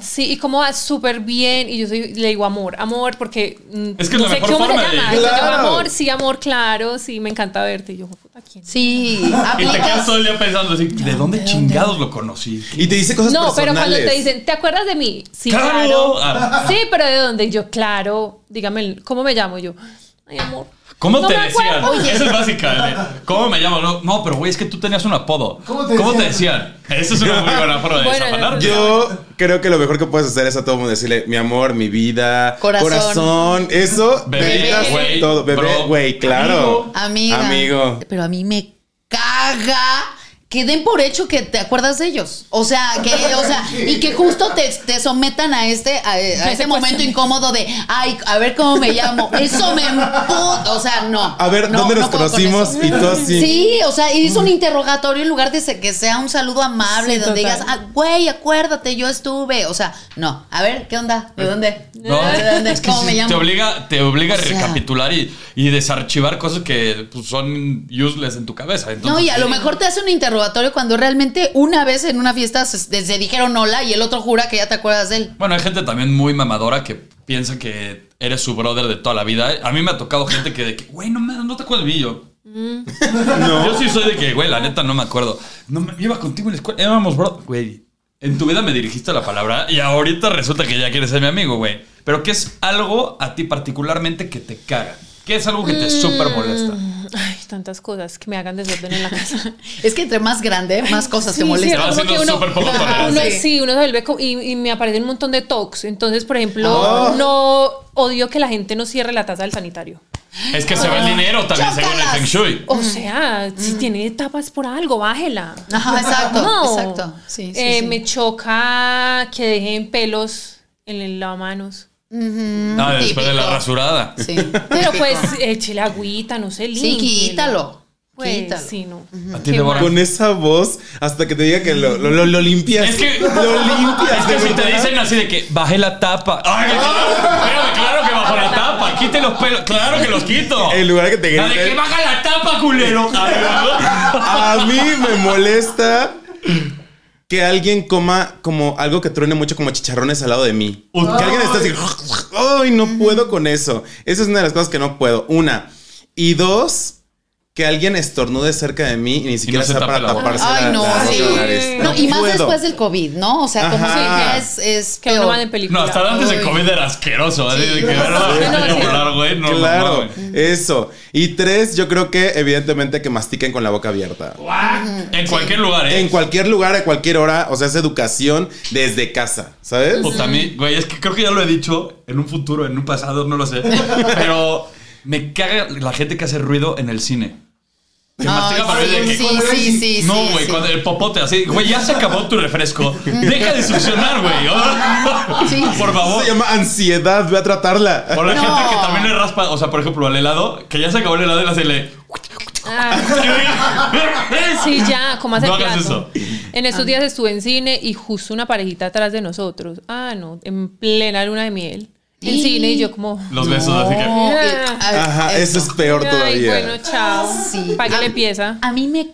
D: sí, y como va súper bien, y yo soy, le digo amor, amor, porque mm,
A: Es que es la
D: no sé
A: mejor
D: cómo
A: forma
D: se
A: de-
D: llama. Entonces, yo,
C: Claro.
D: amor, sí, amor, claro, sí, me encanta verte. Y yo, puta, ¿quién?
B: Sí,
A: Y te quedas
B: aplicas.
A: todo el día pensando así, ¿de dónde chingados lo conocí?
C: Y te dice cosas
D: No, pero cuando
C: personales.
D: te dicen, ¿te acuerdas de mí? Sí,
A: Claro.
D: claro.
A: Ah.
D: Sí, pero ¿de dónde? Y Yo, claro, dígame, ¿cómo me llamo Y yo? Ay, amor.
A: ¿Cómo
D: No
A: te
D: me
A: decían?
D: acuerdo.
A: Esa es básica. ¿eh? ¿Cómo me llamo? No, no, pero güey, es que tú tenías un apodo.
E: ¿Cómo te
A: decían? Esa es una muy buena forma de
D: Bueno,
A: desafanar.
C: Yo creo que lo mejor que puedes hacer es a todo mundo decirle mi amor, mi vida,
B: Corazón.
C: corazón, eso,
A: Bebé,
C: bebitas,
A: güey,
C: todo, bebé,
A: bro,
C: güey, claro.
B: Amiga.
C: Amigo.
B: Pero a mí me caga que den por hecho que te acuerdas de ellos. O sea, que, o sea, y que justo te, te sometan a este, a, a ese
D: cuestión.
B: momento incómodo de ay, a ver cómo me llamo. Eso me emputa. O sea, no.
C: A ver,
B: No,
C: ¿dónde
B: no
C: nos
B: puedo con
C: conocimos?
B: eso.
C: Y tú así.
B: Sí, o sea, hizo un interrogatorio en lugar de se- que sea un saludo amable,
D: Sí,
B: donde
D: total.
B: digas, "Ah, güey, acuérdate, yo estuve. O sea, no. A ver, ¿qué onda? ¿De dónde?
A: No,
B: ¿De dónde?
A: es que
B: ¿Cómo
A: sí,
B: me llamo?
A: te obliga, te obliga
B: O
A: a
B: sea.
A: recapitular y, y desarchivar cosas que pues, son useless en tu cabeza. Entonces,
B: No, y a lo mejor te hace un interrogatorio cuando realmente una vez en una fiesta se, se dijeron hola y el otro jura que ya te acuerdas de él.
A: Bueno, hay gente también muy mamadora que piensa que eres su brother de toda la vida. A mí me ha tocado gente que, de que, güey, no, me- no te acuerdas de mí yo. Yo sí soy de que, güey, la neta no me acuerdo. No me iba contigo en la escuela. Éramos bro. Güey, en tu vida me dirigiste la palabra y ahorita resulta que ya quieres ser mi amigo, güey. Pero que es algo a ti particularmente que te caga. Que es algo que
B: Mm.
A: te súper molesta.
D: Ay, tantas cosas que me hagan desorden en la casa.
B: Es que entre más grande, más cosas te
D: Sí,
B: molestan. Ah,
A: Te va
D: cierto, como
A: haciendo
D: que uno,
A: súper poco
D: Ajá,
A: tolerante.
D: uno-
B: Sí.
D: sí, uno se vuelve co- y, y me aparecen un montón de talks. Entonces, por ejemplo,
B: Ah.
D: no odio que la gente no cierre la taza del sanitario.
A: Es que se va el dinero también según el
B: Chócalas.
A: Feng Shui.
B: Mm.
D: O sea, si tiene tapas por algo, bájela.
B: Ajá, exacto,
D: No.
B: exacto. Sí, sí,
D: Eh,
B: sí.
D: Me choca que dejen pelos en el lavamanos.
A: Ah, después de la
B: Mm, típico.
A: rasurada.
B: Sí.
D: Pero pues échele agüita, no sé,
B: Sí,
D: límpielo.
B: quítalo.
D: Pues,
B: quítalo.
D: sí, no.
A: A ti,
D: Qué
A: Débora.
C: Con esa voz, hasta que te diga que lo, lo, lo- lo limpias.
A: Es que-
C: lo
A: Es
C: limpias.
A: que
C: de
A: si te
C: verdad.
A: dicen así de que bajé la tapa. Ay, claro, espérame, claro que bajo la tapa. Quite los pelos. Claro que los quito.
C: En lugar de que te
A: La de
C: griten.
A: que baja la tapa, culero. Ay, ¿verdad?
C: A mí me molesta que alguien coma como algo que truene mucho como chicharrones al lado de mí. Que alguien está así, ¡ay, no puedo con eso! Esa es una de las cosas que no puedo. Una. Y dos, que alguien estornude cerca de mí y ni siquiera
A: no se
C: sea para
A: tapa la boca.
C: taparse la,
B: Ay, no,
C: la boca
B: sí.
C: o la nariz.
B: No, y más
C: puedo.
B: después del COVID, ¿no? O sea, como
C: Ajá.
B: si ya es, es
D: Que uno
B: peor.
D: va de película.
A: No, hasta antes de COVID era asqueroso. ¿eh? De que ver a la
D: Sí,
A: gente
D: no, sí.
A: llorar, güey. No, no,
C: Claro,
A: no,
C: eso. Y tres, yo creo que evidentemente que mastiquen con la boca abierta.
A: güey. En cualquier lugar, ¿eh?
C: En cualquier lugar, a cualquier hora, o sea, es educación desde casa, ¿sabes?
A: Puta, a mí, güey, es que creo que ya lo he dicho en un futuro, en un pasado, no lo sé. Pero me caga la gente que hace ruido en el cine. Que
B: Ay,
A: mastiga para ver de que-
B: sí, sí, sí,
A: no,
B: sí,
A: güey,
B: sí.
A: cuando el popote así, güey, ya se acabó tu refresco. Deja de succionar, güey.
B: Sí.
A: Por favor.
C: Se llama ansiedad, ve a tratarla.
A: O la
B: No.
A: gente que también le raspa, o sea, por ejemplo, al helado, que ya se acabó el helado y le hace le.
D: Ah, sí, ya, como hace
A: No
D: el
A: hagas
D: plato. En estos
B: Ah.
D: días estuve en cine y justo una parejita atrás de nosotros. Ah, no, en plena luna de miel. En
B: Y-
D: cine y yo como...
A: Los besos, así que.
B: No,
D: Ah.
B: eh, ah,
C: Ajá, eso es peor
D: Ay,
C: todavía.
D: bueno, chao.
B: Sí. Ah.
D: Págale
B: A-
D: pieza.
B: A mí me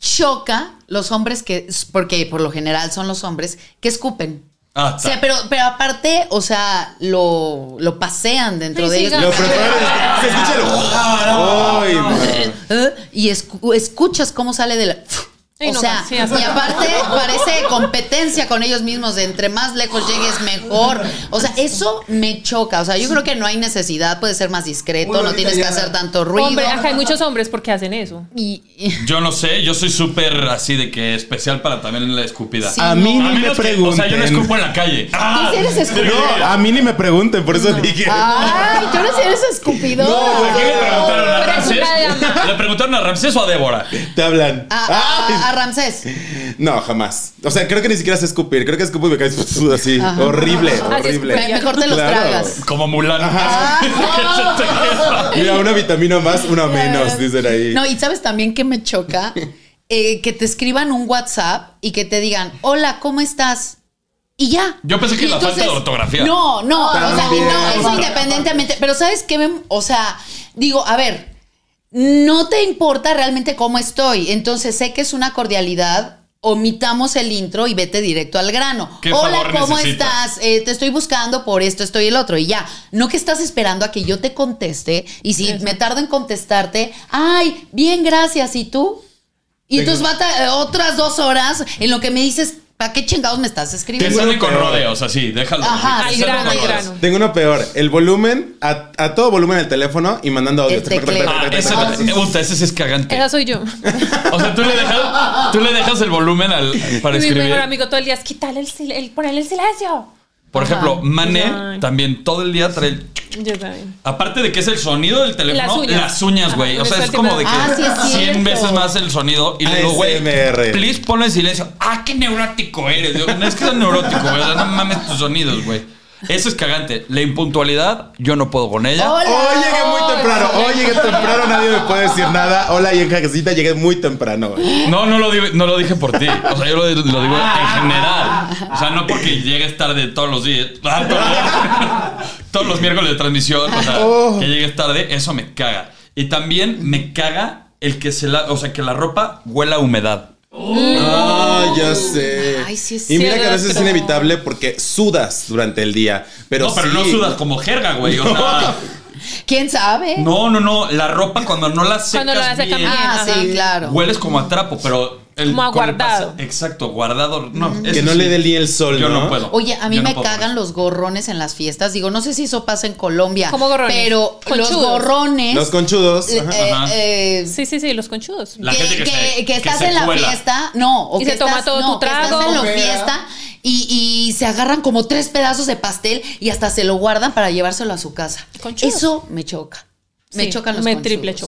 B: choca los hombres que, porque por lo general son los hombres que escupen.
A: Ah,
B: O sea, pero, pero aparte, o sea, lo, lo pasean dentro
D: Sí,
B: de ellos.
D: siga.
C: Lo preparan. Se escucha el. Ay, madre.
B: ¿Eh? y escu- escuchas cómo sale de la...
D: Sí,
B: o
D: no,
B: sea,
D: sí, así.
B: y aparte parece competencia con ellos mismos, de entre más lejos llegues mejor. O sea, eso me choca. O sea, yo creo que no hay necesidad, puede ser más discreto,
E: Uy,
B: no
E: ahorita
B: tienes que
E: ya.
B: hacer tanto ruido.
D: Hombre, acá hay muchos hombres porque hacen eso.
B: Y- y-
A: Yo no sé, yo soy súper así de que especial para también la escupida.
B: Sí.
C: A mí
A: A
C: ni me
A: menos que- o sea, yo no
C: pregunten.
A: escupo en la calle. Ah,
H: ¿Tú sí eres escupidor?
C: No, a mí ni me pregunten, por eso dije.
H: Ay, tú no eres escupidor.
C: No,
A: ¿Por qué le preguntaron a
D: Pero es
A: Ramsés?
D: una dama.
A: ¿Le preguntaron a Ramsés o a Débora?
C: Te hablan.
B: a, a-
C: Ay.
B: a Ramsés.
C: No, jamás. O sea, creo que ni siquiera sé escupir. Creo que escupo y me caes así.
B: Ajá.
C: Horrible,
D: Así
C: horrible.
D: escupía.
B: Mejor te los
C: Claro.
B: tragas.
A: Como Mulan.
D: Ah.
C: Mira, una vitamina más, una menos, dicen ahí.
B: No, y sabes también que me choca Eh, que te escriban un WhatsApp y que te digan, hola, ¿cómo estás? Y ya.
A: Yo pensé que
B: Y
A: la falta de ortografía.
B: No, no, o sea,
C: También.
B: no, eso independientemente. Pero ¿sabes qué? me- o sea, digo, a ver, no te importa realmente cómo estoy. Entonces sé que es una cordialidad. Omitamos el intro y vete directo al grano.
A: ¿Qué
B: Hola,
A: favor
B: ¿cómo
A: necesitas?
B: estás? estás, eh, te estoy buscando por esto, estoy el otro y ya. No que estás esperando a que yo te conteste y si me tardo en contestarte, ay, bien, gracias, ¿y tú? Y entonces va a ta- eh, otras dos horas en lo que me dices, ¿para qué chingados me estás
A: Que
B: escribiendo?
A: sale con
C: Tengo-
A: rodeos, así, déjalo.
B: Ajá,
A: Que
B: hay
D: Hay
A: sale
D: grano,
A: con
D: hay
A: rodeos.
D: grano.
C: Tengo uno peor. El volumen, a, a todo volumen el teléfono y mandando audio.
B: El tecleo.
A: Ah, ese,
E: Ah, sí, sí.
A: puta, ese sí es cagante.
D: Esa soy yo.
A: O sea, tú le dejas, tú le dejas el volumen al, para
D: Mi
A: escribir.
D: mejor amigo todo el día es quitarle el, sil- el ponerle el silencio.
A: Por ejemplo, Mane
D: Ay.
A: también todo el día trae. el-
D: Yo también.
A: Aparte de que es el sonido del teléfono,
D: Las uñas.
A: las uñas, güey.
D: Ajá,
A: O sea,
D: me
A: es como de que
B: está el tiempo. Ah, sí, es
A: 100
B: cierto.
A: veces más el sonido. Y le digo, güey,
C: ASMR.
A: please ponle en silencio. Ah, qué neurótico eres. Digo, no es que seas neurótico, güey. O sea, no mames tus sonidos, güey. Eso es cagante. La impuntualidad, yo no puedo con ella.
B: Hola.
C: Hoy llegué muy temprano. Hoy llegué temprano, nadie me puede decir nada. Hola, y en Jacasita llegué muy temprano.
A: No, no lo, di- no lo dije por ti. O sea, yo lo, lo digo en
B: Ah.
A: general. O sea, no porque llegues tarde todos los días. Ah, todos los- Todos los miércoles de transmisión. O sea,
B: Oh.
A: que llegues tarde, eso me caga. Y también me caga el que se la. O sea, que la ropa huela a humedad. Oh.
C: Ah, ya sé.
B: Ay, sí es
C: y mira que a veces es
D: cierto.
C: inevitable porque sudas durante el día. Pero
A: no, pero
C: sí.
A: no sudas como jerga, güey. O sea,
B: ¿Quién sabe?
A: no, no, no. La ropa cuando no la secas.
D: Eh. Cuando la secan
A: bien,
D: bien.
B: Ah,
D: Ajá.
B: sí, claro.
A: Hueles como a trapo, pero. el-
D: Como a
A: con el
D: guardado. Mm.
A: paso- Exacto, guardado. No,
C: Que no le dé ni el sol,
A: Yo no,
C: ¿no?
A: puedo.
B: Oye, a mí
A: Yo no
B: me
A: puedo con
B: cagan
A: eso.
B: los gorrones en las fiestas. Digo, no sé si eso pasa en Colombia.
D: ¿Cómo gorrones?
B: Pero los
D: Conchudos.
B: gorrones.
C: Los conchudos.
B: eh,
C: ajá.
B: eh,
A: Ajá.
B: eh,
D: Sí, sí, sí, los conchudos.
A: La gente que se- que
B: estás
A: se
B: en la
A: cuela.
B: fiesta, no, o
D: Y
B: que
D: se toma
B: estás-
D: todo
B: no,
D: tu
B: que estás en
D: trago.
B: la fiesta y, y se agarran como tres pedazos de pastel y hasta se lo guardan para llevárselo a su casa.
D: Conchudos.
B: Eso me choca. Me
D: Sí,
B: chocan los
D: Me
B: conchudos.
D: triple choca.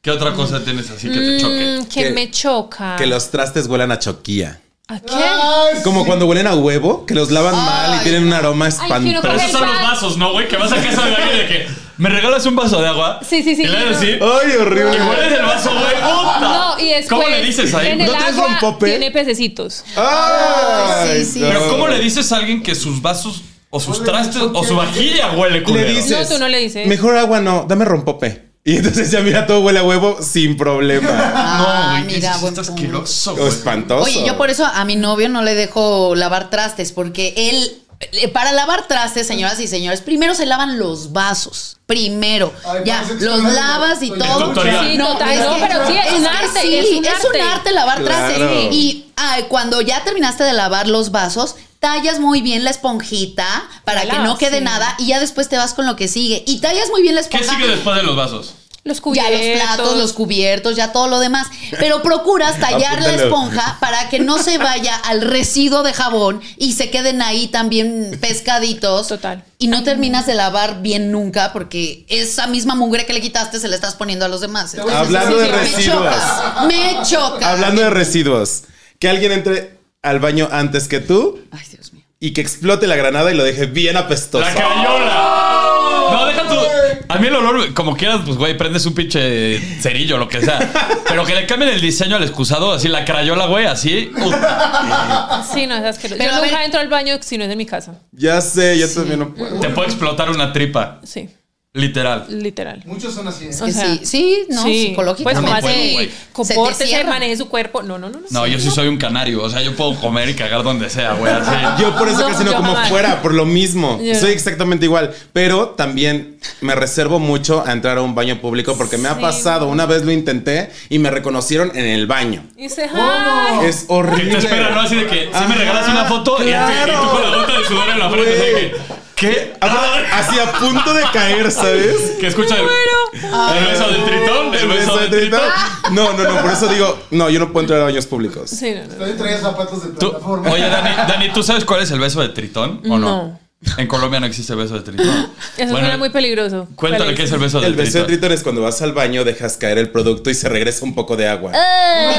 A: ¿Qué otra cosa tienes así que te choque?
D: Mm, que
C: Que-
D: me choca.
C: Que los trastes huelan a choquía.
D: ¿A qué?
E: Ay, sí.
C: Como cuando huelen a huevo, que los lavan mal y tienen un aroma
D: quiero
C: espantoso.
A: Pero
D: comer
A: esos son los
D: pan.
A: vasos, ¿no, güey? Que vas a casa de alguien de que me regalas un vaso de agua.
D: Sí, sí, sí.
A: Y le das así.
C: Ay, horrible.
A: Y hueles el vaso, güey. ¡Puta!
D: No, y después.
A: ¿Cómo le dices ahí?
D: En el
C: ¿No tienes
D: agua
C: rompope?
D: tiene pececitos.
C: Ay,
B: sí, sí.
A: Pero ¿cómo le
C: dices?
A: dices a alguien que sus vasos o sus trastes o su vajilla huele
C: Le
A: culero?
C: dices.
D: No, tú no le dices.
C: Mejor agua no, dame rompope. Y entonces ya mira, todo huele a huevo sin problema.
A: No,
B: Ah,
A: güey,
B: mira,
A: eso
B: buen
A: está
B: punto.
A: asqueroso,
C: O
A: güey.
C: espantoso.
B: Oye, yo por eso a mi novio no le dejo lavar trastes porque él eh, para lavar trastes, señoras y señores, primero se lavan los vasos. Primero.
E: Ay,
B: ya,
E: parece que
B: los
E: estoy-
B: lavas y
E: estoy-
B: todo.
A: Tutorial.
D: Sí, total,
B: es
D: no,
B: que-
D: pero sí, es un
B: que
D: arte,
B: sí,
D: es un arte.
B: lavar
C: Claro.
B: trastes. Y ay, cuando ya terminaste de lavar los vasos, tallas muy bien la esponjita para
D: La
B: que no
D: lavas,
B: quede
D: sí.
B: nada y ya después te vas con lo que sigue. Y tallas muy bien la
A: ¿Qué
B: esponja.
A: sigue después de los vasos?
D: Los
B: Ya
D: cubiertos.
B: los platos, los cubiertos, ya todo lo demás. Pero procuras tallar la
C: Apúntalo.
B: esponja para que no se vaya al residuo de jabón y se queden ahí también pescaditos.
D: Total.
B: Y no terminas de lavar bien nunca porque esa misma mugre que le quitaste se la estás poniendo a los demás.
E: voy a
B: Entonces,
C: Hablando
B: sí,
C: de
B: me
C: residuos.
B: choca, Me choca.
C: Hablando de residuos, que alguien entre al baño antes que tú
B: Ay, Dios mío.
C: y que explote la granada y lo deje bien apestoso.
A: ¡La cayola! No, deja tú. A mí el olor, como quieras, pues, güey, prendes un pinche cerillo, lo que sea. Pero que le cambien el diseño al excusado, así, la crayola, güey, así. uh, Uf.
D: Sí, no, es asqueroso.
B: Pero a
D: Yo
B: ver-
D: nunca entro al baño si no es de mi casa.
C: Ya sé, yo también no puedo.
A: Te puede explotar una tripa,
D: Sí,
A: literal.
D: literal.
E: Muchos son así. ¿eh?
B: que sí, sí, no, psicológico.
D: Pues
A: No,
D: como
A: no puedo,
D: hace,
A: güey.
B: Se te
D: compórtese,
B: cierra.
D: maneje su cuerpo. No, no, no.
A: No, yo sí soy un canario. O sea, yo puedo comer y cagar donde sea, güey, así.
C: Yo por eso
D: No,
C: casi no
D: yo
C: como
D: jamás.
C: fuera, por lo mismo.
D: Yo
C: Soy
D: no.
C: exactamente igual. Pero también me reservo mucho a entrar a un baño público porque me ha
D: Sí.
C: pasado. Una vez lo intenté y me reconocieron en el baño.
D: Y se
A: Oh,
D: "Ay".
C: Es
A: Que
C: horrible.
A: te espera, ¿no? Así de que, si me
C: Ajá,
A: regalas una foto y así, y tú con la gota de sudor en la frente, así de que... ¿Qué?
C: Ah, Así a punto de caer, ¿sabes?
A: Que escucha el, el beso del tritón, el beso del tritón.
C: No, no, no, por eso digo, no, yo no puedo entrar a baños públicos.
D: Sí, no, no.
E: Pero yo traía zapatos de
A: Tú-
E: plataforma.
A: oye, Dani, Dani, ¿tú sabes cuál es el beso de tritón o no?
D: No.
A: En Colombia no existe beso de tritón.
D: Eso
A: Bueno,
D: suena muy peligroso.
A: Cuéntale qué es el beso de
C: El beso de
A: tritón.
C: tritón es cuando vas al baño, dejas caer el producto y se regresa un poco de agua.
D: Ah,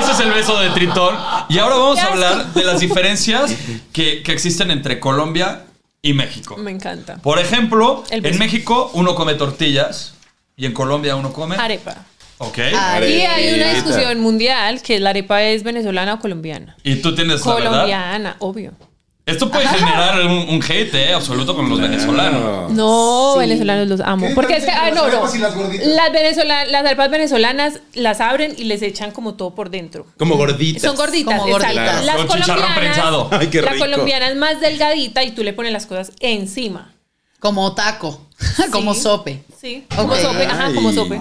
A: Ese es el beso de tritón. Y ahora vamos a
D: Qué asco.
A: hablar de las diferencias que, que existen entre Colombia y México.
D: Me encanta.
A: Por ejemplo,
D: El
A: en
D: beso.
A: México uno come tortillas y en Colombia uno come...
D: Arepa.
A: Ok.
B: Are-
D: Y hay una
C: Arepita.
D: discusión mundial que la arepa es venezolana o colombiana.
A: Y tú tienes la verdad.
D: Colombiana, obvio.
A: Esto puede generar un, un hate eh, absoluto con los venezolanos.
C: Ah.
D: No,
B: Sí.
D: venezolanos los amo.
E: ¿Qué
D: Porque es que,
E: diferencia
D: ah,
E: entre
D: no,
E: las
D: no.
E: arepas y las gorditas?
D: Las, venezolanas, las arepas venezolanas las abren y les echan como todo por dentro.
C: Como gorditas.
D: Son gorditas,
B: Como gorditas.
D: exacto.
A: Con
D: Las
A: chicharrón prensado.
D: colombianas,
C: Ay, qué
D: la
C: rico.
D: colombiana es más delgadita y tú le pones las cosas encima.
B: Como taco. Como
D: Sí.
B: sope. Oh,
D: Sí, como
B: Ok.
D: sope, ajá, como
C: Ay.
D: sope.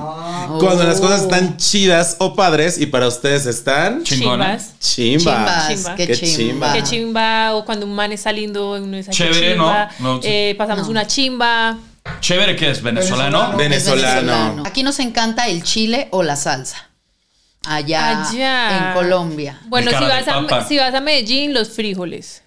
C: Cuando las cosas están chidas o padres y para ustedes están
A: Chingona.
D: Chimbas.
C: chimbas.
B: Chimbas, qué
C: Qué
B: chimba.
C: chimba.
D: Qué chimba, o cuando un man está lindo, uno dice, "Ay, qué
A: Chévere,
D: chimba".
A: ¿no? No, sí.
D: Eh, pasamos una chimba.
A: Chévere que es venezolano.
E: Venezolano.
B: venezolano.
C: Venezolano.
B: Aquí nos encanta el chile o la salsa. Allá,
D: Allá.
B: en Colombia.
D: Bueno,
A: El
D: si
A: cara de
D: vas, a,
A: papa.
D: si vas a Medellín, los frijoles.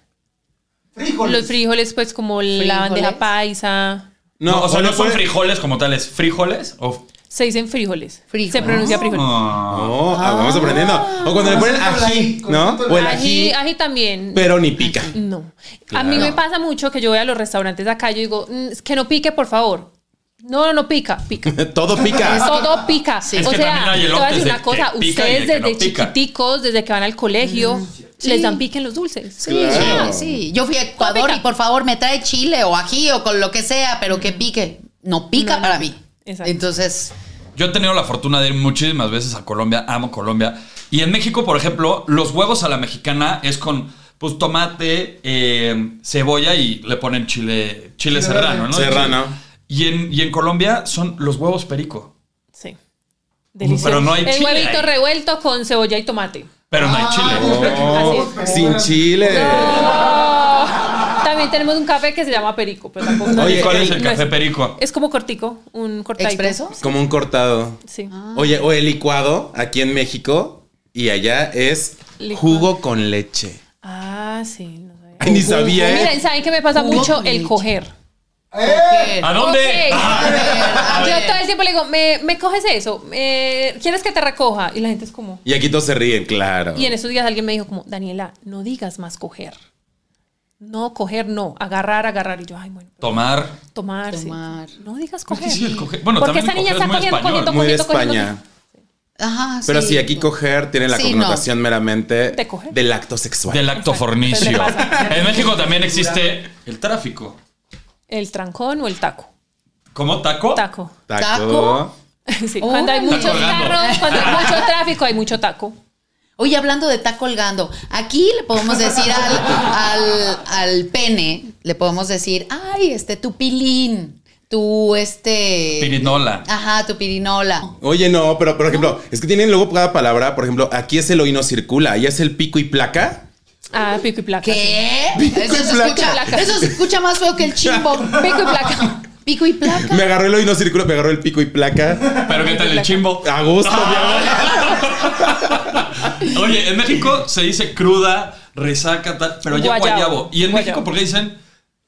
E: Frijoles.
D: Los frijoles, pues, como la
B: Frijoles.
D: bandeja paisa.
A: No, o sea, no son
C: puede-
A: frijoles como tales. ¿Frijoles? O...
D: Se dicen frijoles.
B: Frijoles.
D: Se
A: Ah.
D: pronuncia frijoles.
A: No.
C: No, ah, vamos aprendiendo. O cuando
D: Ah.
C: le ponen
E: Conjunto
C: ají,
E: laí,
C: ¿no?
E: conjunto
C: O el
E: laí.
C: ají,
D: Ají, ají también.
C: pero ni pica.
D: No. A mí me pasa mucho que yo voy a los restaurantes acá y yo digo, "Mm, es que no pique, por favor. No, no, no pica, pica.
C: Todo pica.
D: Todo pica.
A: Es
D: O
A: que
D: sea,
A: también hay
D: te voy a
A: elotes
D: decir
A: de
D: una cosa.
A: que pican y de
D: Ustedes
A: que no
D: desde
A: pican.
D: chiquiticos, desde que van al colegio, les dan pique en los dulces.
B: Mm. Sí,
C: Claro.
B: sí. Yo fui a Ecuador
D: pica.
B: y por favor me trae chile o ají o con lo que sea, pero que pique. No pica
D: No, no
B: para
D: pica.
B: mí.
D: Exacto.
B: Entonces,
A: Yo he tenido la fortuna de ir muchísimas veces a Colombia, amo Colombia. Y en México, por ejemplo, los huevos a la mexicana es con pues tomate, eh, cebolla y le ponen chile, chile serrano, ¿no?
C: Serrano.
A: Y en, y en Colombia son los huevos perico.
D: Sí. Delicioso.
A: Pero no hay
D: El
A: chile
D: huevito
A: ahí.
D: revuelto con cebolla y tomate.
A: Pero
D: Ah.
A: no hay chile.
C: No,
D: Así
E: es.
C: sin chile.
D: También tenemos un café que se llama perico, pero tampoco.
C: Oye,
A: ¿Y cuál
C: el-
A: es el
D: no es-
A: café perico?
D: Es como cortico, un cortadito.
B: ¿expreso?
C: Como un cortado.
D: Sí.
C: Oye, o el licuado aquí en México y allá es
D: Licuado.
C: jugo con leche.
D: Ah, sí. No sabía.
C: Ni sabía, ¿eh?
D: Miren, ¿saben qué me pasa
B: Jugo
D: mucho?
B: con
D: El
B: leche.
D: coger.
E: ¡Eh!
A: ¿A dónde?
D: Ok.
A: Ah,
B: a ver.
D: Yo todo el tiempo le digo, ¿me, me coges eso? Eh, ¿Quieres que te recoja? Y la gente es como...
C: Y aquí todos se ríen, claro.
D: Y en esos días alguien me dijo como, Daniela, no digas más coger. No, coger no. Agarrar, agarrar. Y yo, ay, bueno.
A: Tomar.
D: Tomar, sí.
B: Tomar.
D: No digas coger.
A: sí, el coger- bueno,
D: Porque
A: también
D: esta
A: coger es
D: niña está
A: muy
D: cogiendo,
A: español.
D: cogiendo,
C: Muy de
D: cogiendo, cogiendo.
C: España.
B: ajá.
C: Pero sí, aquí coger tiene la
B: Sí,
C: connotación meramente
D: De coger.
C: del acto sexual.
A: Del acto fornicio.
D: Entonces, ¿qué pasa?
A: En México también existe el tráfico.
D: El trancón o el taco.
A: ¿Cómo taco?
D: Taco.
C: Taco.
B: Taco.
D: Sí, cuando hay
B: Órale.
D: muchos
A: Colgando.
D: carros, cuando hay mucho tráfico, hay mucho taco.
B: Oye, hablando de está colgando, aquí le podemos decir al, al, al pene, le podemos decir, ay, este, tu pilín, tu este.
A: Pirinola.
B: Ajá, tu pirinola.
C: Oye, no, pero por ejemplo, es que tienen luego cada palabra. Por ejemplo, aquí es el oíno circula, allá es el pico y placa.
D: Ah, pico y placa.
B: ¿Qué?
C: Pico y
B: Eso se,
C: placa.
B: escucha, eso se escucha más feo que el chimbo.
D: Pico y placa.
B: Pico y placa.
C: Me agarró el oíno circula, me agarró el pico y placa.
A: Pero ¿qué tal el chimbo?
C: A gusto,
A: Ah.
C: mi amor.
A: Oye, en México se dice cruda, resaca, tal, pero ya
D: Guayabo.
A: guayabo. Y en
D: Guayabo.
A: México, ¿por qué dicen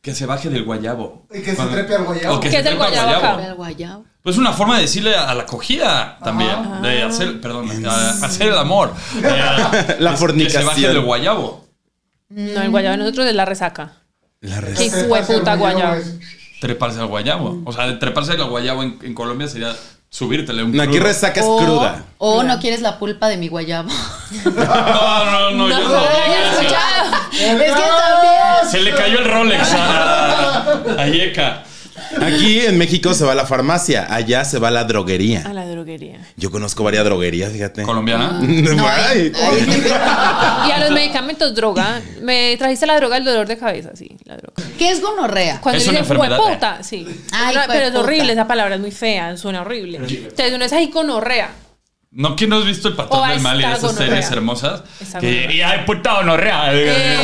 A: que se baje del guayabo?
E: Y que se
A: Cuando-
E: trepe al guayabo.
A: O que
D: ¿Qué
A: se
D: es el
A: trepe al
D: guayabo
A: guayabo.
D: acá?
B: El guayabo.
A: Pues una forma de decirle a la acogida también, de hacer, perdón, a- hacer el amor. Eh,
C: La
A: que- Que se baje
C: fornicación.
A: del guayabo.
D: No, el guayabo de nosotros es la resaca.
C: La res-
D: Qué
E: Se
D: hijo de
E: pasa el
D: puta
E: guayabo,
D: guayabo.
E: es-
A: Treparse al guayabo. O sea, treparse al guayabo en, en Colombia sería subírtele un
C: No, aquí
A: crudo.
C: resaca es
D: Oh.
B: O-
C: cruda.
B: O no quieres la pulpa de mi guayabo.
A: No, no, no, yo no.
B: es que también.
A: Se le cayó el Rolex a, a Yeka.
C: Aquí en México se va a la farmacia, allá se va a la droguería.
D: A la droguería.
C: Yo conozco varias droguerías, fíjate.
A: Colombiana.
B: No,
C: Ay.
B: ahí- ahí-
D: Y a los medicamentos, droga. Me trajiste la droga, el dolor de cabeza, sí, la droga.
B: ¿Qué es gonorrea?
D: Cuando
A: Es
D: le
A: una
D: dicen
A: enfermedad,
D: hueputa, sí.
B: Ay,
D: Una- pero es
B: hueputa.
D: horrible, esa palabra es muy fea, suena horrible. Entonces uno es ahí gonorrea.
A: No, ¿quién no has visto el patrón
D: O a
A: del mal y
D: esta
A: esas
D: gonorrea.
A: series hermosas?
D: Esta
A: Que
D: gonorrea.
A: diría, ay, puta honorrea.
B: Eh.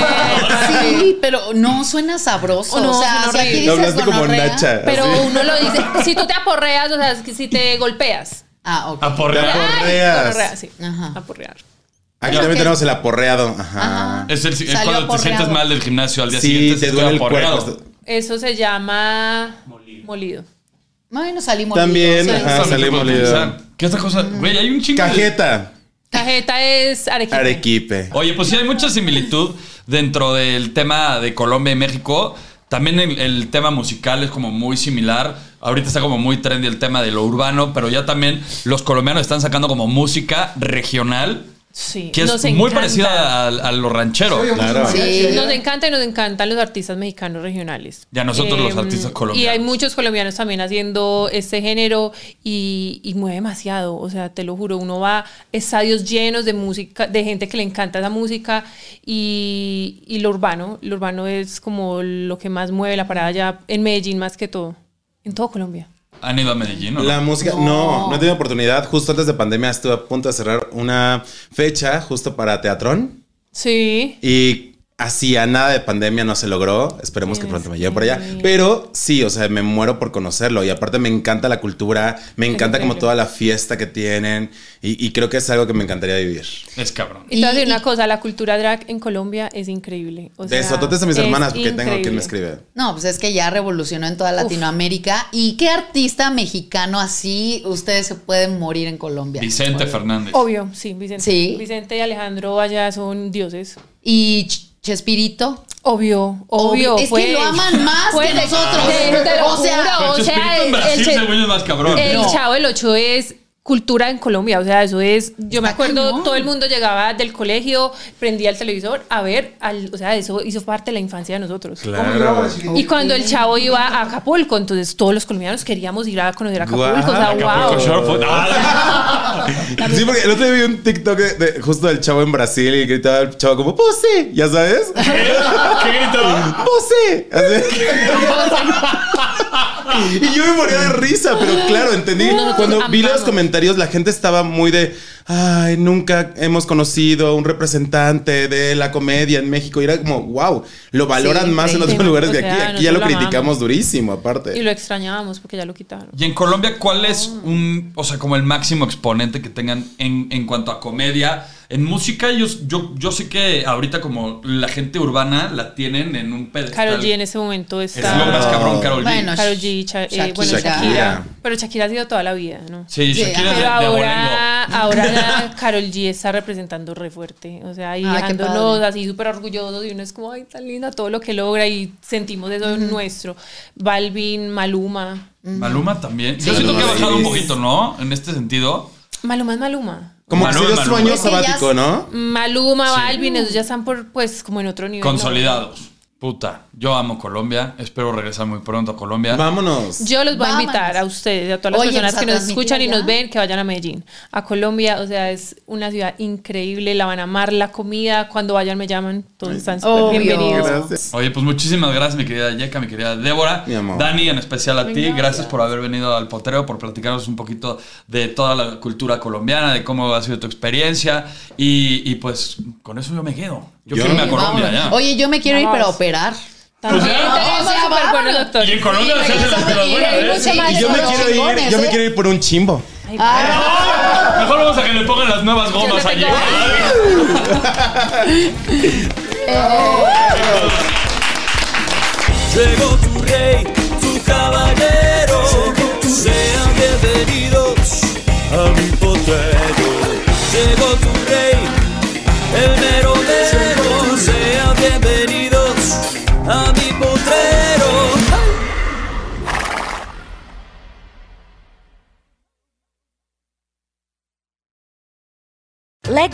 B: Sí, pero no suena sabroso.
D: O no,
B: o sea,
D: suena
B: si aquí
D: horrible.
B: dices
C: Lo hablaste como
B: gonorrea-
C: Nacha.
D: Pero
C: así.
D: uno lo dice, si tú te aporreas, o sea, es que si te golpeas.
B: Ah, ok.
A: Aporrear.
D: Ay,
C: Aporreas.
D: gonorrea, sí.
B: Ajá.
D: Aporrear.
C: Aquí también tenemos el aporreado. Ajá.
A: Es, el, es cuando
B: Salió
A: te sientes
B: aporreado.
A: mal del gimnasio al día
C: Sí,
A: siguiente.
C: te
A: estoy
C: duele el
A: aporreado.
C: cuerpo.
D: Eso se llama molido.
B: Bueno, salimos.
C: También,
A: Eso
C: ajá,
A: no se
C: salí
A: puede
C: molido.
A: utilizar. ¿Qué otra cosa? Güey, hay un chingo de-
C: Cajeta,
D: Cajeta es arequipe.
C: arequipe.
A: Oye, pues sí hay mucha similitud dentro del tema de Colombia y México. También el, el tema musical es como muy similar. Ahorita está como muy trendy el tema de lo urbano, pero ya también los colombianos están sacando como música regional,
D: Sí.
A: que es
D: nos
A: muy
D: encanta.
A: parecida a, a lo ranchero.
E: Se oye mucho
C: Claro.
E: mariachi
B: Sí,
E: allá.
D: Nos encanta y nos encantan los artistas mexicanos regionales. Em,
A: Y a nosotros los artistas colombianos.
D: Y hay muchos colombianos también haciendo este género y, y mueve demasiado. O sea, te lo juro, uno va a estadios llenos de música, de gente que le encanta esa música y, y lo urbano. Lo urbano es como lo que más mueve la parada allá en Medellín más que todo. En todo Colombia.
A: Han ido a Medellín, ¿o ¿no?
C: La música, no, no he tenido oportunidad. Justo antes de pandemia estuve a punto de cerrar una fecha justo para Teatrón
D: Sí.
C: y hacía nada de pandemia no se logró. Esperemos que pronto me lleve por allá. Pero sí, o sea, me muero por conocerlo y aparte me encanta la cultura, me encanta como
D: increíble.
C: toda la fiesta que tienen y, y creo que es algo que me encantaría vivir.
A: Es cabrón.
D: Y te voy a decir
B: Y- y-
D: una cosa, la cultura drag en Colombia es increíble. O sea,
C: Besototes a mis
D: es
C: hermanas porque tengo quien
D: increíble.
C: me escribe.
B: No, pues es que ya revolucionó en toda Latinoamérica. ¿Y qué artista mexicano así ustedes se pueden morir en Colombia?
A: Vicente Fernández.
D: Obvio, sí, Vicente.
B: Sí.
D: Vicente y Alejandro allá son dioses.
B: ¿Y Ch- Chespirito?
D: Obvio,
B: Obvio,
D: obvio.
B: es que
D: pues.
B: lo aman más
D: Pues,
B: que nosotros.
D: Te, te lo
B: O sea,
A: Pero
D: juro, o
A: Chespirito
D: sea,
A: en Brasil,
D: Che-
A: según yo, es más cabrón.
D: el
A: No.
D: Chavo del Ocho es cultura en Colombia, o sea, eso es, yo
B: Está
D: me acuerdo,
B: cañón.
D: todo el mundo llegaba del colegio, prendía el televisor a ver, al, o sea, eso hizo parte de la infancia de nosotros.
E: ¿Cómo lloraba, chiquito?
D: Y cuando el chavo iba a Acapulco, entonces todos los colombianos queríamos ir a conocer Acapulco, o sea,
C: Guau,
D: wow.
A: Acapulco Shore fue- ¡Ah!
C: Sí, porque el otro día vi un TikTok de, de- justo del chavo en Brasil y gritaba el chavo como ¡Puse! ¿Ya sabes?
A: ¿Qué grito?
C: ¡Puse! Así. y yo me moría de risa, pero claro, entendí.
D: Nosotros
C: Cuando vi los
D: amamos.
C: comentarios, la gente estaba muy de ¡Ay, nunca hemos conocido a un representante de la comedia en México! Y era como ¡Wow! Lo valoran
B: Sí,
C: más en
B: increíble.
C: otros lugares
D: O
C: que
D: sea,
C: aquí. Aquí ya
D: nosotros
C: lo
D: lo
C: criticamos
D: amamos.
C: durísimo,
D: Y
C: aparte.
D: lo extrañábamos porque ya lo quitaron.
A: Y en Colombia, ¿cuál es un, o sea, como el máximo exponente que tengan en, en cuanto a comedia? En música, yo, yo, yo sé que ahorita como la gente urbana la tienen en un pedestal.
D: Carol G en ese momento
A: Es
D: está...
A: lo más cabrón, Carol G.
B: Bueno,
D: Karol G, Cha- eh, bueno,
B: Shakira.
D: Shakira.
C: Shakira.
D: Pero Shakira ha sido toda la vida, ¿no?
A: sí,
B: Sí,
A: Shakira es
B: ajá.
A: de,
D: Pero
A: de
D: ahora,
A: abolengo.
D: ahora la Carol G está representando re fuerte. O sea, y
B: Ay, qué
D: dejándonos
B: padre.
D: así súper orgullosos. Y uno es como, ay, tan linda todo lo que logra. Y sentimos eso nuestro. Balvin, Maluma.
A: Maluma también. Yo
C: Sí.
A: siento que ha bajado un
C: Sí.
A: poquito, ¿no? En este sentido.
D: Maluma es Maluma.
C: Como que
A: Manuel,
C: se dio su
A: Manuel.
C: año
B: Es que ya
C: sabático,
B: es-
C: ¿no?
D: Maluma, Balvin, esos ya están por, pues, como en otro nivel. ¿no?
A: Consolidados. Puta, yo amo Colombia. Espero regresar muy pronto a Colombia.
C: Vámonos.
D: Yo los voy
B: Vámonos.
D: a invitar a ustedes, a todas las
B: Oye,
D: personas
B: pues, a
D: que nos
B: transmitir
D: escuchan y
B: allá.
D: nos ven, que vayan a Medellín, a Colombia. O sea, es una ciudad increíble, la van a amar, la comida. Cuando vayan me llaman, todos están súper
B: Obvio.
D: bienvenidos.
C: Gracias.
A: Oye, pues muchísimas gracias, mi querida Yeka, mi querida Débora.
C: Mi amor.
A: Dani, en especial a ti. Gracias por haber venido al potreo, por platicarnos un poquito de toda la cultura colombiana, de cómo ha sido tu experiencia. Y, y, pues con eso yo me quedo. Yo,
C: Yo-
A: quiero irme a
C: Sí,
A: Colombia
B: Vámonos.
A: ya.
B: Oye, yo me quiero ir
D: Vamos.
B: para operar.
D: También
A: ya.
D: tenemos
B: O sea,
D: súper buenos
B: vámonos.
D: doctores.
A: y en Colombia se hacen las cosas buenas, ¿eh?
B: Sí,
C: Y yo me
B: Los
C: quiero ir,
B: chingones,
C: yo
B: ¿eh?
C: me quiero ir por un chimbo.
A: ¿eh? Mejor vamos a que le pongan las nuevas gomas
D: Yo le
A: allí.
D: tengo-
F: Llegó tu rey, tu caballero. Sean bienvenidos a mi potrero. Llegó tu rey, el mero mero. Sean bienvenidos a mi potrero.
I: Let